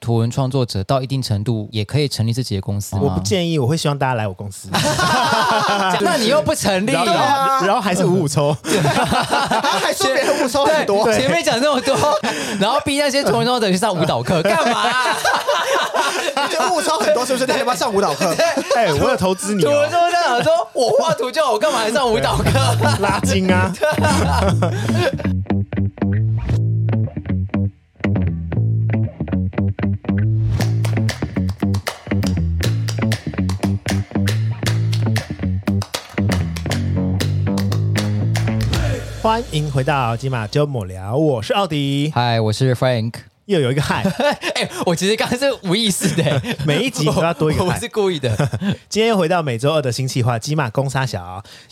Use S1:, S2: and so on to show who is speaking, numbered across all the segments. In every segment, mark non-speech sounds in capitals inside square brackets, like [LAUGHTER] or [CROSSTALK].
S1: 图文创作者到一定程度也可以成立自己的公司吗？啊
S2: 我不建议，我会希望大家来我公司，
S1: 那你又不成立
S2: 然后
S3: 对啊
S2: 然后然后还是五五抽，
S3: 他还说别人误收很多，
S1: 前面讲那么 [LAUGHS] 多，然后逼那些图文创作者去上舞蹈 [LAUGHS] 课，干嘛、
S3: 你就误收很多，是不是？那你要不要上舞蹈课？
S2: 哎，我有投资你
S1: 图文
S2: 哦，
S1: 创作者想说，我画图就好，我干嘛还上舞蹈课？ [LAUGHS]
S2: 拉筋啊，欢迎回到金马周末聊，我是奥迪，
S1: 嗨，我是 Frank。 [LAUGHS]
S2: 又有一个嗨，
S1: 哎、我其实刚刚是无意识的、 [LAUGHS]
S2: 每一集都要多一个
S1: 我我
S2: 嗨
S1: 是。故意的。
S2: 今天又回到每周二的新企划《鸡马公沙小》，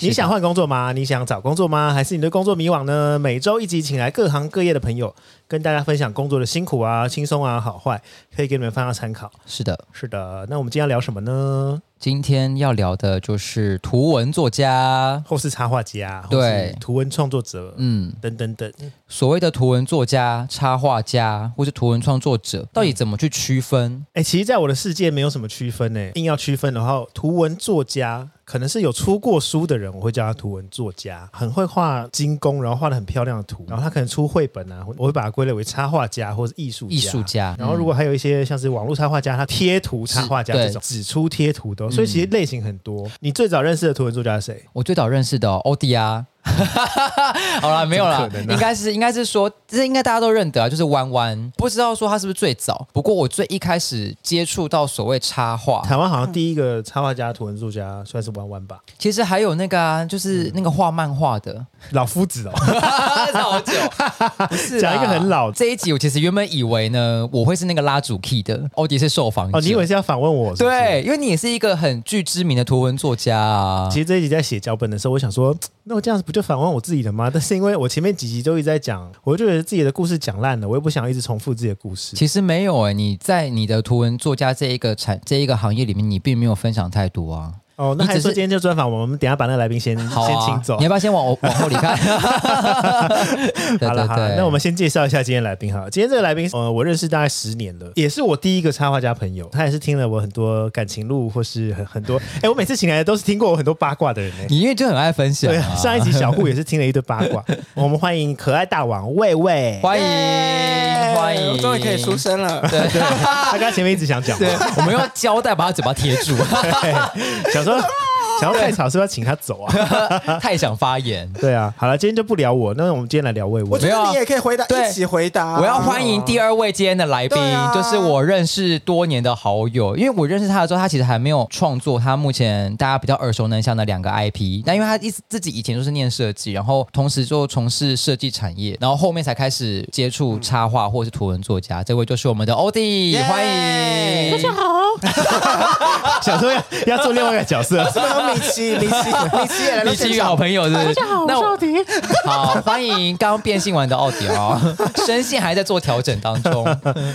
S2: 你想换工作吗？你想找工作吗？还是你对工作迷惘呢？每周一集，请来各行各业的朋友，跟大家分享工作的辛苦啊、轻松啊、好坏，可以给你们放到参考。
S1: [LAUGHS] 是的，
S2: 是的，那我们今天要聊什么呢？
S1: 今天要聊的就是图文作家。
S2: 后世插画家，或
S1: 对
S2: 是图文创作者，
S1: 嗯，
S2: 等等等。
S1: 所谓的图文作家、插画家或是图文创作者，到底怎么去区分？
S2: 哎、其实，在我的世界没有什么区分呢、硬要区分的话，图文作家可能是有出过书的人，我会叫他图文作家，很会画精工，然后画的很漂亮的图，然后他可能出绘本啊，我会把它归类为插画家或是艺术
S1: 艺术。家，嗯
S2: 然后，如果还有一些像是网络插画家，他贴图插画家
S1: 是嗯
S2: 这种，只出贴图的哦，所以其实类型很多。你最早认识的图文作家是谁？
S1: 我最早认识的哦欧迪啊， [LAUGHS] 好啦，没有啦
S2: 怎么可，能啊
S1: 应该是应该是说，这应该大家都认得啊，就是弯弯。不知道说他是不是最早，不过我最一开始接触到所谓插画，
S2: 台湾好像第一个插画家、图文作家算是弯弯吧，
S1: 其实还有那个啊，
S2: 嗯
S1: 就是那个画漫画的， [LAUGHS]
S2: 老夫子哦。
S1: 好
S2: [LAUGHS]
S1: 久，不是啦
S2: 讲一个很老的
S1: 这一集，我其实原本以为呢，我会是那个拉主 key 的，欧迪是受访者，
S2: 哦，你以为是要访问我是不是？
S1: 对，因为你也是一个很具知名的图文作家啊。
S2: 其实这一集在写脚本的时候，我想
S1: 嗯
S2: 说，那我这样子不就反问我自己了吗？ [LAUGHS] 但是因为我前面几集都一直在讲，我就觉得自己的故事讲烂了，我又不想一直重复自己的故事。
S1: 其实没有哎、你在你的图文作家这一个产这一个行业里面，你并没有分享太多啊。
S2: 哦，那
S1: 你
S2: 还
S1: 只
S2: 是
S1: 是
S2: 说今天就专访我们，等一下把那个来宾先、
S1: 好
S2: 先
S1: 啊
S2: 请，走
S1: 你。要不要先往我往后离
S2: [LAUGHS]
S1: 开？对
S2: 好
S1: 对
S2: 了好了，
S1: 对，
S2: 那我们先介绍一下今天来宾哈。今天这个来宾，呃，我认识大概十年了，也是我第一个插画家朋友。他也是听了我很多感情路，或是很很多， [LAUGHS] 哎、我每次请来的都是听过我很多八卦的人呢、
S1: 你因为就很爱分享、
S2: 对
S1: 啊，
S2: 啊，上一集小户也是听了一堆八
S1: [LAUGHS]
S2: 卦。我们欢迎可爱大王魏魏，
S1: 欢迎
S3: 耶
S1: 欢迎，
S3: 我终于可以出声了。
S1: 对
S2: [LAUGHS] 他刚才前面一直想讲话
S1: 对， [LAUGHS] 我们用胶带把他嘴巴贴
S2: [LAUGHS]
S1: 住，
S2: 对，
S3: [LAUGHS]
S2: 想说想要太吵，是不是要请他走啊？
S1: 太想发言。
S2: 对啊，好了，今天就不聊我，那我们今天来聊魏
S3: 我
S2: 魏。
S3: 觉
S1: 没有
S3: 得
S1: 啊
S3: 你也可以回答，
S1: 对
S3: 一起回答。
S1: 我要欢迎第二位今天的来宾
S3: 啊对，啊
S1: 就是我认识多年的好友。因为我认识他的时候，他其实还没有创作他目前大家比较耳熟能详的两个 IP。但因为他一直自己以前就是念设计，然后同时就从事设计产业，然后后面才开始接触插画或者是图文作家。这位就是我们的欧弟，
S3: 耶
S1: 欢迎
S3: 大家
S1: 好。
S2: 想说要要做另外一个角
S3: [LAUGHS]
S2: 色，
S3: 怎么有米
S1: [LAUGHS]
S3: 奇？米奇，米奇也来到
S1: 你
S3: 现
S1: 是好
S3: 场。
S1: 朋友是不是？大家好，
S4: 我是奥迪，
S1: 好，欢迎刚变性完的奥迪哦，声线还在做调整当中，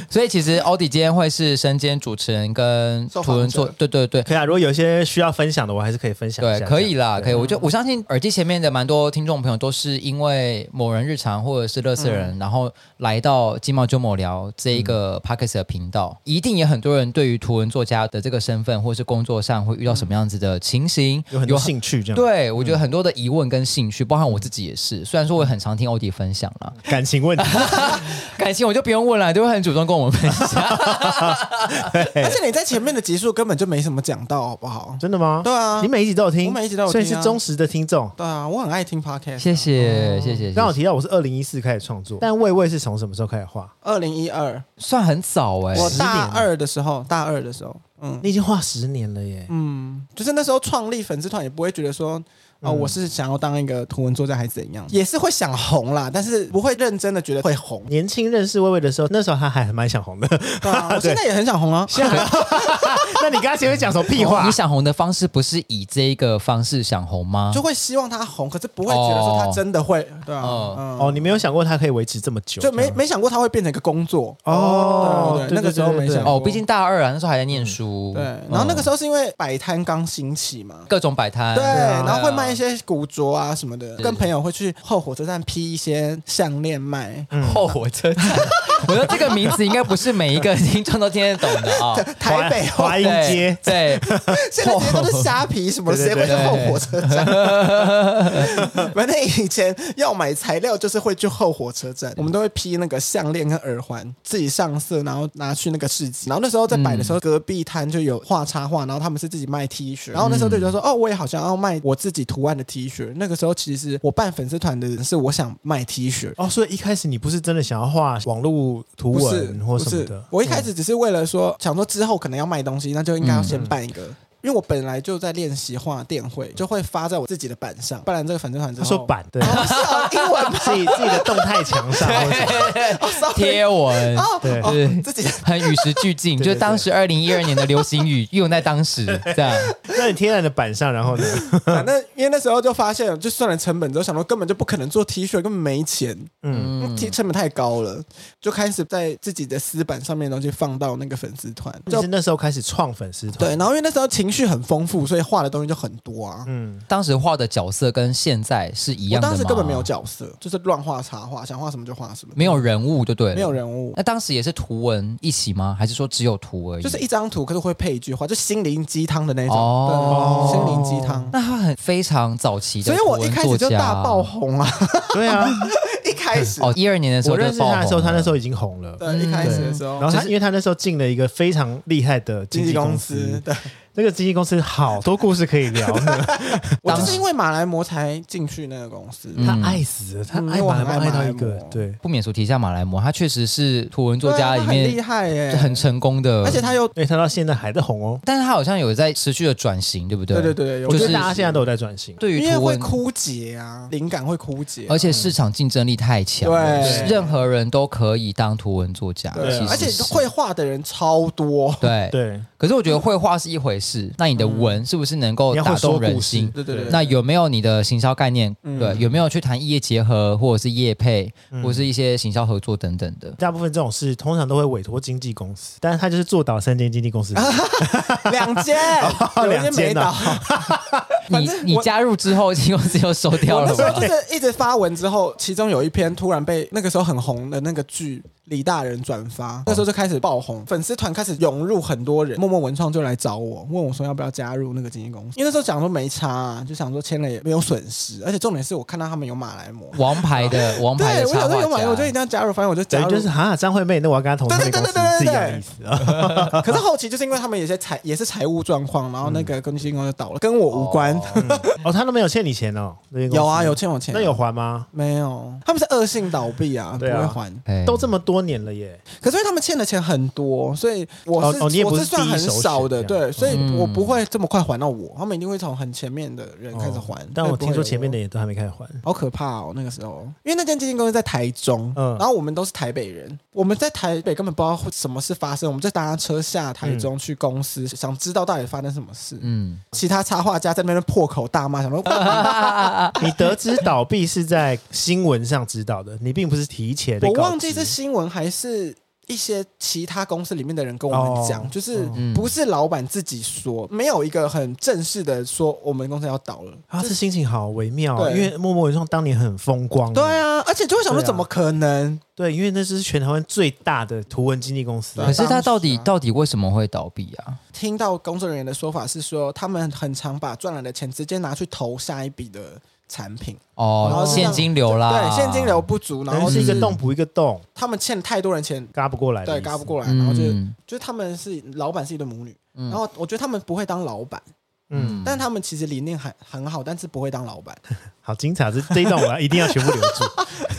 S1: 所以其实奥迪今天会是身兼主持人跟
S3: 受访者
S1: 图文作，对对对。
S2: 可以啊。如果有一些需要分享的，我还是可以分享一
S1: 对，
S2: 下。
S1: 可以啦，可以。
S2: 以。
S1: 我就我相信耳机前面的蛮多听众朋友都是因为某人日常或者是乐色人，然后来到金茂周某聊这一个 p o d c a s t 的频道，一定也很多人对于图文作家的这个身份或是工作上会遇到什么样子的情形，
S2: 有很多嗯兴趣这样，
S1: 对，我觉得很多的疑问跟兴趣，包含我自己也是。虽然说我很常听欧迪分享啦，
S2: 感情问题，
S3: [LAUGHS]
S1: 感情我就不用问了，都会很主动跟我们分享。
S3: 而且你在前面的集数根本就没什么讲到，好不好？
S2: 真的吗？
S3: 对啊
S2: 你每一集都有听，
S3: 我每一集都有听
S2: 所
S3: 啊
S2: 以是忠实的听众。
S3: 对啊，我很爱听
S1: [LAUGHS]
S3: podcast。
S1: 谢。谢谢谢，
S2: 刚
S1: 谢
S2: 好
S1: 谢
S2: 提到我是二零一四开始创作，但魏魏是从什么时候开始画？
S3: 二零一二，
S1: 算很早哎、
S3: 我
S2: 十年
S3: 大
S2: 了
S3: 二的时候，大二的时候，嗯
S2: 你已经画十年了耶！
S3: 嗯，就是那时候创立粉丝团，也不会觉得说。哦，
S1: 嗯
S3: 我是想要当一个图文作家还是怎样，也是会想红啦，但是不会认真的觉得会红。
S2: 年轻认识魏魏的时候，那时候他还蛮想红的。
S3: [LAUGHS] 对啊，
S1: [LAUGHS]
S3: 我现在也很想红啊。
S2: 那你刚才前面讲什么屁话
S3: 哦
S1: 你？想红的方式不是以这一个方式想红吗？
S3: 就会希望他红，可是不会觉得说他真的会，对啊，
S1: 哦
S3: 嗯，
S2: 哦，你没有想过他可以维持这么久，
S3: 就没
S2: 这样
S3: 没想过他会变成一个工作，
S2: 哦
S3: 对对对那个时候没想
S1: 哦，毕竟大二啊，那时候还在念书。嗯
S3: 对。然后那个时
S1: 候、
S3: 候是因为摆摊刚兴起嘛，
S1: 各种摆摊，
S2: 啊
S3: 对，啊然后会卖
S1: 些
S3: 一些古着啊什么的，
S1: 是
S2: 嗯
S1: 嗯 [LAUGHS] 哦
S3: 跟朋友会去后火车站批一些项链卖，
S1: 后火车站。我说这个名字应该不是每一个听众都听得懂的 [LAUGHS] 啊、
S3: 台北后
S2: 华华阴街
S1: 对，对
S3: 现在直接都是虾皮什么，
S2: 对对
S3: 谁会去
S1: 对
S3: 后火车站？
S2: [LAUGHS]
S3: 反正以前要买材料就是会去后火车站，我们都会披那个项链跟耳环，自己上色，然后拿去那个市集。然后那时候在摆
S2: 嗯
S3: 的时候，隔壁摊就有画插画，然后他们是自己卖 T 恤。然后那时候就觉得说，哦，我也好想要卖我自己图案的 T 恤。那个时候其实我办粉丝团的人是我想卖 T 恤，
S2: 哦，所以一开始你不是真的想要画网络图
S3: 不是
S2: 文或
S3: 不
S2: 什么
S3: 是
S2: 的，
S3: 我一开始只是为了说，想说之后可能要卖东西，那就应该要先办一个。因为我本来就在练习画电绘，就会发在我自己的板上，不然这个粉丝团之
S2: 他
S3: 后
S2: 说版对，
S3: 哦是哦英文版
S2: 自己自己的动态墙 [LAUGHS] 上，或者什么
S1: [LAUGHS]
S3: 哦，sorry
S1: 贴文。
S3: 哦
S2: [LAUGHS] 对
S3: 哦
S1: 对
S3: 自己的
S1: 很与时俱 [LAUGHS] 进，就是当时二零一二年的流行语用在当时，这 [LAUGHS] 样
S2: 那你贴在你的板上，然后呢？
S3: 反正因为那时候就发现，就算了成本之后，想说根本就不可能做 T 恤，根本没钱，
S2: 嗯，
S3: 嗯，T 成本太高了，就开始在自己的私板上面的东西放到那个粉丝团，
S2: 就
S3: 就是
S2: 那时候开始创粉丝团，
S3: 对，然后因为那时候情绪很丰富，所以画的东西就很多啊，
S2: 嗯，
S1: 当时画的角色跟现在是一
S3: 我
S1: 样的吗？
S3: 当时根本没有角色，就是乱画插画，想画什么就画什么，
S1: 没有人物，就对了，
S3: 没有。人物，
S1: 那当时也是图文一起吗？还是说只有图而已？
S3: 就是一张图，可是会配一句话，就心灵鸡汤的那种，
S1: 哦
S3: 对，心灵鸡汤。
S1: 那他很非常早期的
S3: 所以
S1: 图
S3: 我一
S1: 文
S3: 开
S1: 作
S3: 始就
S1: 家
S3: 大爆红啊， [LAUGHS]
S2: 对啊，
S3: 一开始，
S1: 哦，一二年的时候
S2: [LAUGHS] 我
S1: 就
S2: 认识
S1: 爆
S2: 他的时候，
S1: 红
S2: 他那
S1: 了
S2: 时候已经红了。
S3: 对，一开始的时候，
S1: 嗯
S2: 然后他，因为他那时候进了一个非常厉害的经
S3: 经纪
S2: 纪
S3: 公
S2: 公
S3: 司
S2: 司，，
S3: 对，
S2: 那个经纪公司好多故事可以 [LAUGHS] 聊呢。
S3: 我就
S1: 当
S3: 是因为马来模才进去那个公司，
S1: 嗯
S2: 他爱死了，他
S3: 嗯
S2: 爱
S3: 我
S2: 马
S3: 很
S2: 来
S3: 爱
S2: 貘爱
S3: 马
S2: 到
S3: 来
S2: 一个
S3: 貘
S2: 对，
S1: 不免俗提一下马来貘，他确实是图文作
S3: 对
S1: 家
S3: 啊
S1: 里
S3: 他很厉
S1: 面
S3: 害耶，
S1: 就很成功的，
S3: 而且他又
S2: 因为他到现在还在红哦。
S1: 但是他好像有在持续的转型，对不对？
S3: 对对对，有
S2: 我
S1: 就
S2: 觉
S1: 是
S2: 得大家现在都有在转型，
S1: 对
S3: 因
S1: 于
S3: 为
S1: 图
S3: 会
S1: 文，
S3: 枯竭啊，灵感会枯竭，
S1: 而且市场竞争力太强了，
S3: 对
S1: 任何人都可以当图文作家，
S3: 对
S1: 其
S3: 啊，
S1: 实
S3: 而且
S1: 是
S3: 会画的人超多，
S1: 对。
S2: 对，
S1: 可是我觉得绘画是一回事，那你的
S3: 嗯
S1: 文是不是能够
S2: 你要
S1: 打
S2: 会说
S1: 动人
S2: 故事
S1: 心？
S3: 对对对
S1: 那有没有你的行销概念？
S3: 嗯
S1: 对，有没有去谈业结合，或者是业配，或者是一些行销合作等等的？
S2: 大部分这种事通常都会委托经纪公司，但是他就是做倒三间经纪公司，
S3: 啊两
S1: [LAUGHS]
S3: 间，
S1: 啊
S3: 有一间没倒。反
S1: 你
S3: 正
S1: 你
S3: 我
S1: 加入之后，经公司又收掉
S3: 我那
S1: 了
S3: 时
S1: 吗
S3: 候？就是一直发文之后，其中有一篇突然被那个时候很红的那个剧《李大人》转发，那时候就开始爆红，粉丝团开始涌入很多人，默默文创就来找我，问我说要不要加入那个经纪公司，因为那时候讲说没差、啊，就想说签了也没有损失，而且重点是我看到他们有马来模，
S1: 王牌
S3: [LAUGHS]
S1: 的王牌
S3: 对
S1: 的
S3: 我想
S1: 插
S3: 说
S1: 画
S3: 有马来，我就一
S1: 家
S3: 定，要加入，反正我就加
S2: 等
S3: 入，
S2: 于就是哈张惠妹，那我要跟她同
S3: 对
S2: 一
S3: 对
S2: 间公司
S3: 对对对对
S2: 是一样的意思啊。
S3: 可是后期就是因为他们有些财也是财务状况，然后那个经纪公司就倒了，跟我无关。
S1: 嗯哦
S2: 哦，他都没有欠你钱哦，那间公司
S3: [LAUGHS] 有啊，有欠我钱，
S2: 那有还吗？
S3: 没有？他们是恶性倒闭啊，不
S2: 对啊
S3: 会还。
S1: 哎
S2: 都这么多年了耶，
S3: 可是因为他们欠的钱很多，所以我是、
S2: 哦哦你也不
S3: 我
S2: 是
S3: 是算很少的，
S2: 第一手选这
S3: 对，
S2: 样
S3: 所以
S1: 嗯
S3: 我不会这么快还到我，他们一定会从很前面的人嗯开始还。
S2: 哦但我听说前面的
S3: 人
S2: 也都还没开始还。
S3: 好可怕哦，那个时候，因为那间基金公司在台中，
S2: 嗯
S3: 然后我们都是台北人，我们在台北根本不知道会什么事发生，我们就搭车下台
S2: 嗯
S3: 中去公司，想知道到底发生什么事。
S1: 嗯，
S3: 其他插画家在那边破口大骂，
S2: [LAUGHS]
S3: 想说
S2: 你得知倒闭是在新闻上知道的，你并不是提前被
S3: 我
S2: 告知。
S3: 忘记是新闻还是一些其他公司里面的人跟我们讲，
S2: 哦
S3: 就是
S1: 嗯
S3: 不是老板自己说，没有一个很正式的说我们公司要倒了。
S2: 啊，这心情好微妙哦，
S3: 对
S2: 因为默默文创当年很风光。
S3: 对啊，而且就会想说，
S2: 对啊
S3: 怎么可能？
S2: 对，啊因为那是全台湾最大的图文经纪公司
S3: 对。
S1: 可是他到底
S3: 当时啊
S1: 到底为什么会倒闭啊？
S3: 听到工作人员的说法是说，他们很常把赚来的钱直接拿去投下一笔的产品，然
S1: 哦
S3: 后，是
S1: 现金流啦，
S3: 对，现金流不足，然
S2: 然后
S3: 后
S2: 是一个
S1: 嗯
S2: 洞补一个洞，
S3: 他们欠太多人钱，
S2: 嘎不过来。
S3: 对，嘎不过来，
S1: 嗯，
S3: 然后就就是他们是老板是一对母女，
S1: 嗯
S3: 然后我觉得他们不会当老板，
S2: 嗯，
S3: 但他们其实理念很很好，但是不会当老板。
S2: 好精彩！这这一段我要一定要全部留
S3: [LAUGHS]
S2: 住。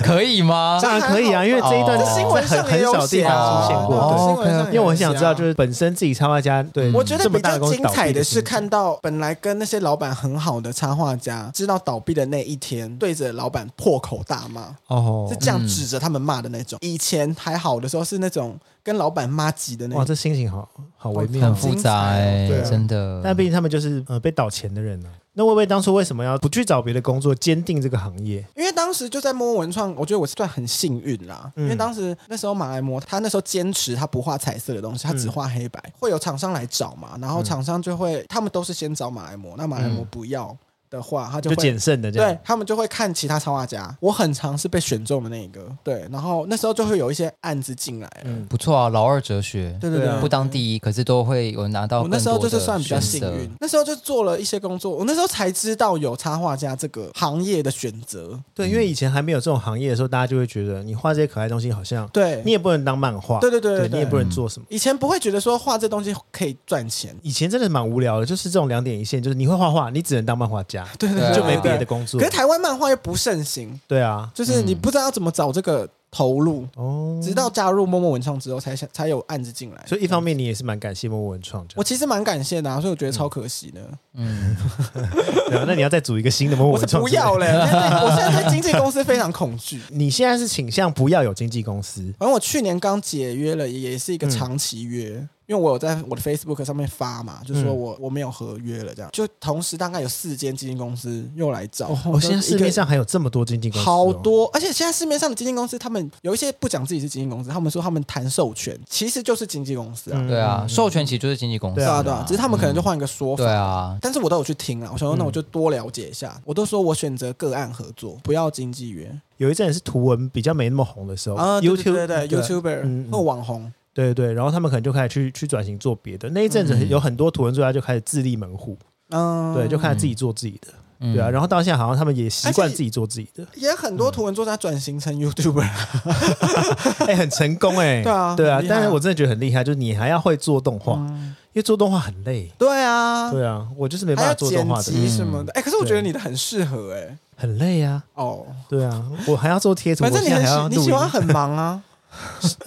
S1: 可以吗？
S2: 当然可以啊，因为这一段
S1: 哦
S2: 在
S1: 这
S3: 新闻
S2: 很
S3: 上也
S2: 很
S3: 有
S2: 少地
S3: 写啊
S2: 方出现过。
S1: 哦
S2: 对，
S3: 新闻上也有写啊
S2: 因为我很想知道，就是本身自己插画家，对，
S3: 嗯我觉得
S2: 嗯这么
S3: 比
S2: 大
S3: 较
S2: 的公司
S3: 精
S2: 倒闭
S3: 彩的是
S2: 心情
S3: 看到本来跟那些老板很好的插画家，知道倒闭的那一天，对着老板破口大骂，
S2: 哦
S3: 是，这样指着他们骂的那种。以前还好的时候是那种跟老板骂急的那
S2: 哇，
S3: 种，
S2: 这心情好好微妙
S1: 很
S2: 哦。
S1: 复杂哎、
S3: 精彩哦对
S2: 啊
S1: 真的。
S2: 但毕竟他们就是呃被倒钱的人呢。那薇薇当初为什么要不去找别的工作，坚定这个行业？
S3: 因为当时就在摸文创，我觉得我算很幸运啦。
S2: 嗯
S3: 因为当时那时候马来模，他那时候坚持他不画彩色的东西，他
S2: 嗯
S3: 只画黑白，会有厂商来找嘛，然后厂商就会他们都是先找马来模，那马来模不要。的的话，他
S2: 嗯
S3: 就
S2: 就
S3: 会
S2: 谨慎的这
S3: 对
S2: 样。
S3: 他们就会看其他插画家，我很常是被选中的那一个。对，然后那时候就会有一些案子进来了。
S2: 嗯，
S1: 不错啊，老二哲学，
S3: 对对
S2: 对
S3: 对，
S2: 啊
S1: 不当第一，可是都会有拿到
S3: 嗯我
S1: 更
S3: 那
S1: 多的
S3: 时
S1: 选择。
S3: 候就是算比较幸运，那时候就做了一些工作，我那时候才知道有插画家这个行业的选择。
S2: 对，因为以前还没有这种行业的时候，大家就会觉得你画这些可爱东西，好像
S3: 对，
S2: 你也不能当漫画，
S3: 对对对对
S2: 你也不能做什么。
S3: 以前不会觉得说画这东西可以赚钱，
S2: 以前真的蛮无聊的，就是这种两点一线，就是你会画画，你只能当漫画家，
S3: 对
S1: 对啊
S2: 就没
S3: 对
S2: 别的工作
S3: 可是。台湾漫画又不盛行，
S2: 对啊，
S3: 就是你不知道要怎么找这个投入，
S2: 哦，
S3: 直到加入默默文创之后才想才有案子进来。
S2: 所以一方面你也是蛮感谢默默文创这
S3: 我
S2: 样，
S3: 其实蛮感谢的、啊，所以我觉得超可惜的。
S1: 嗯，
S2: 对啊，那你要再组一个新的默默
S3: 我是
S2: 文创，
S3: 不要嘞，我现
S2: [LAUGHS]
S3: 在对我现在对经纪公司非常恐惧。
S2: 你现在是倾向不要有经纪公司，
S3: 反正我去年刚解约了，也是一
S2: 嗯
S3: 个长期约，因为我有在我的 Facebook 上面发嘛，就
S2: 嗯
S3: 说我、我没有合约了，这样就同时大概有四间经纪公司又来找。
S2: 哦，现在市面上还有这么多经纪
S3: 一个
S2: 公司、哦
S3: 好。多，而且现在市面上的经纪公司，他们有一些不讲自己是经纪公司，他们说他们谈授权，其实就是经纪公司啊，
S2: 嗯
S1: 对啊，授权其实就是经纪公司
S3: 对
S1: 嘛，嗯
S3: 啊对啊，只是他们可能就换一个说法。
S1: 对啊，
S3: 但是我都有去听啊，我想说那
S2: 嗯
S3: 我就多了解一下，我都说我选择个案合作，不要经纪约
S2: 有一阵是图文比较没那么红的时候、
S3: 啊。对
S2: y o u t u
S3: 对
S2: b e
S3: 对
S2: 对
S3: 对
S2: 嗯
S3: ，YouTuber
S2: 嗯
S3: 或网红，
S2: 对对，然后他们可能就开始去去转型做别的。那一阵子
S1: 嗯
S2: 有很多图文作家就开始自立门户，
S3: 嗯，
S2: 对，就开始自己做自己的，
S1: 嗯
S2: 对啊。然后到现在好像他们也习惯
S3: 而且
S2: 自己做自己的，
S3: 也很多图文作家转型成
S2: 嗯
S3: YouTuber， [LAUGHS]
S2: [LAUGHS] 哎、很成功哎、
S3: 对啊
S2: 对啊
S3: 很厉。害啊
S2: 但是我真的觉得很厉害，就是你还要会做动画，
S3: 嗯
S2: 因为做动画很累。
S3: 对啊，
S2: 对啊，我就是没
S3: 还
S2: 办
S3: 要
S2: 法做动
S3: 剪
S2: 画的，嗯
S3: 辑什么的。哎，可是我
S2: 对
S3: 觉得你的很适合哎，
S2: 很累啊。
S3: 哦，
S2: 对啊，我还要做贴图，
S3: 反正
S2: 我
S3: 你
S2: 现在还要
S3: 很喜你
S2: 录
S3: 喜
S2: 音
S3: 欢很忙啊，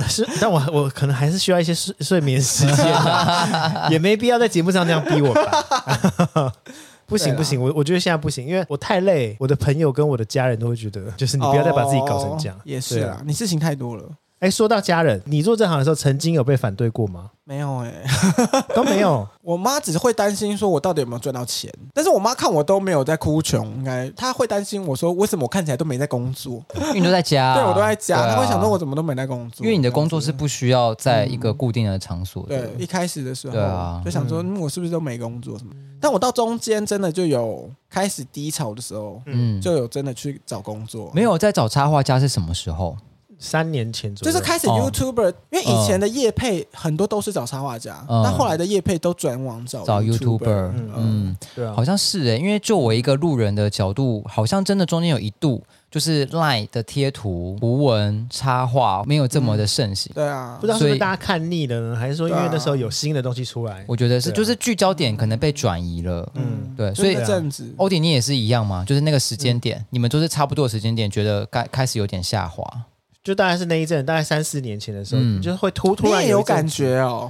S2: 是，但我我可能还是需要一些睡睡眠时间吧，
S3: [LAUGHS]
S2: 也没必要在节目上这样逼我吧。 [LAUGHS] 不
S3: 对啊
S2: 行
S3: 啦
S2: 不行，我我觉得现在不行，因为我太累，我的朋友跟我的家人都会觉得，就是 [LAUGHS] 你不要再把自己搞成这样。
S3: 哦也是
S2: 对
S3: 啊
S2: 啊。，
S3: 你事情太多了。
S2: 哎，说到家人，你做这行的时候曾经有被反对过吗？
S3: 没有哎、 [LAUGHS]
S2: 都没有。
S3: 我妈只会担心说我到底有没有赚到钱，但是我妈看我都没有在哭穷，应该她会担心我说为什么我看起来都没在工作，
S1: 因为你都在家啊，
S3: 对我都在家，
S1: 对啊
S3: 她会想说我怎么都没在工作，
S1: 因为你的工作是不需要在一个固定的场所的，
S3: 对，一开始的时候，
S1: 对啊
S3: 就想说、嗯我是不是都没工作什么？但我到中间真的就有开始低潮的时候，
S1: 嗯，
S3: 就有真的去找工作，
S1: 没有在找插画家是什么时候？
S2: 三年前左
S3: 就
S2: 右，
S3: 是开始
S1: 哦
S3: YouTuber，、因为以前的业配很多都是找插画家，
S1: 嗯
S3: 但后来的业配都转往找
S1: 找
S3: YouTuber。
S1: YouTuber，
S2: 嗯
S1: 嗯，
S2: 对啊
S1: 好，像是欸诶、因为就我一个路人的角度，好像真的中间有一度就是 Line 的贴图、图文、插画没有这么的盛行。
S3: 对啊
S2: 不，知道是不
S1: 所
S2: 是
S1: 以
S2: 大家看腻了呢，还是说因为
S3: 对啊
S2: 那时候有新的东西出来？
S1: 我觉得是，
S2: 对啊
S1: 就是聚焦点可能被转移了。
S2: 嗯
S1: 对
S3: 就
S1: 所以啊哦
S3: 那阵子，
S1: 欧迪，你也是一样吗？就是那个时间点，你们都是差不多的时间点，觉得该开始有点下滑。
S2: 就大概是那一阵，大概三四年前的时候，
S1: 嗯
S2: 就是会突
S3: 你
S2: 突然
S3: 也有
S2: 一阵
S3: 感觉哦，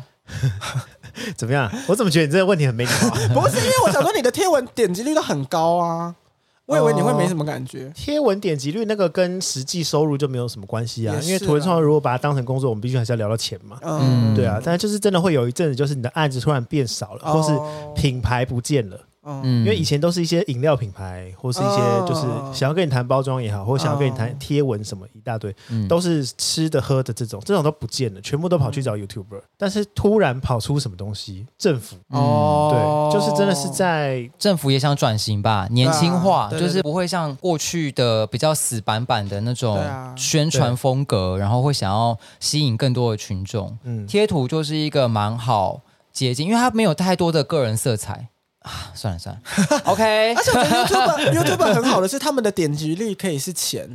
S2: 怎么样？我怎么觉得你这个问题很没礼貌？
S3: 不是因为我想说你的贴文点击率都很高啊，我以为你会没什么感觉。
S2: 贴文点击率那个跟实际收入就没有什么关系啊
S3: 也，是
S2: 因为图文创作如果把它当成工作，我们必须还是要聊到钱嘛。
S1: 嗯
S3: 嗯，
S2: 对啊，但是就是真的会有一阵子，就是你的案子突然变少了，或是嗯
S3: 是
S2: 品牌不见了。
S3: 哦嗯
S1: 嗯，
S2: 因为以前都是一些饮料品牌，或是一些
S3: 哦
S2: 就是想要跟你谈包装也好，或想要跟你谈
S3: 哦
S2: 贴文什么一大堆，
S1: 嗯
S2: 都是吃的喝的这种，这种都不见了，全部都跑
S3: 嗯
S2: 去找 YouTuber。但是突然跑出什么东西，政府
S3: 哦
S2: 对，就是真的是在
S1: 政府也想转型吧，年轻化，
S3: 对啊对
S1: 就是不会像过去的比较死板板的那种
S3: 对啊
S1: 宣传风格，然后会想要吸引更多的群众。
S2: 嗯，
S1: 贴图就是一个蛮好捷径，因为它没有太多的个人色彩啊。算了算了，OK，
S3: [LAUGHS] 而且我觉得 YouTube YouTube 很好的是他们的点击率可以是钱，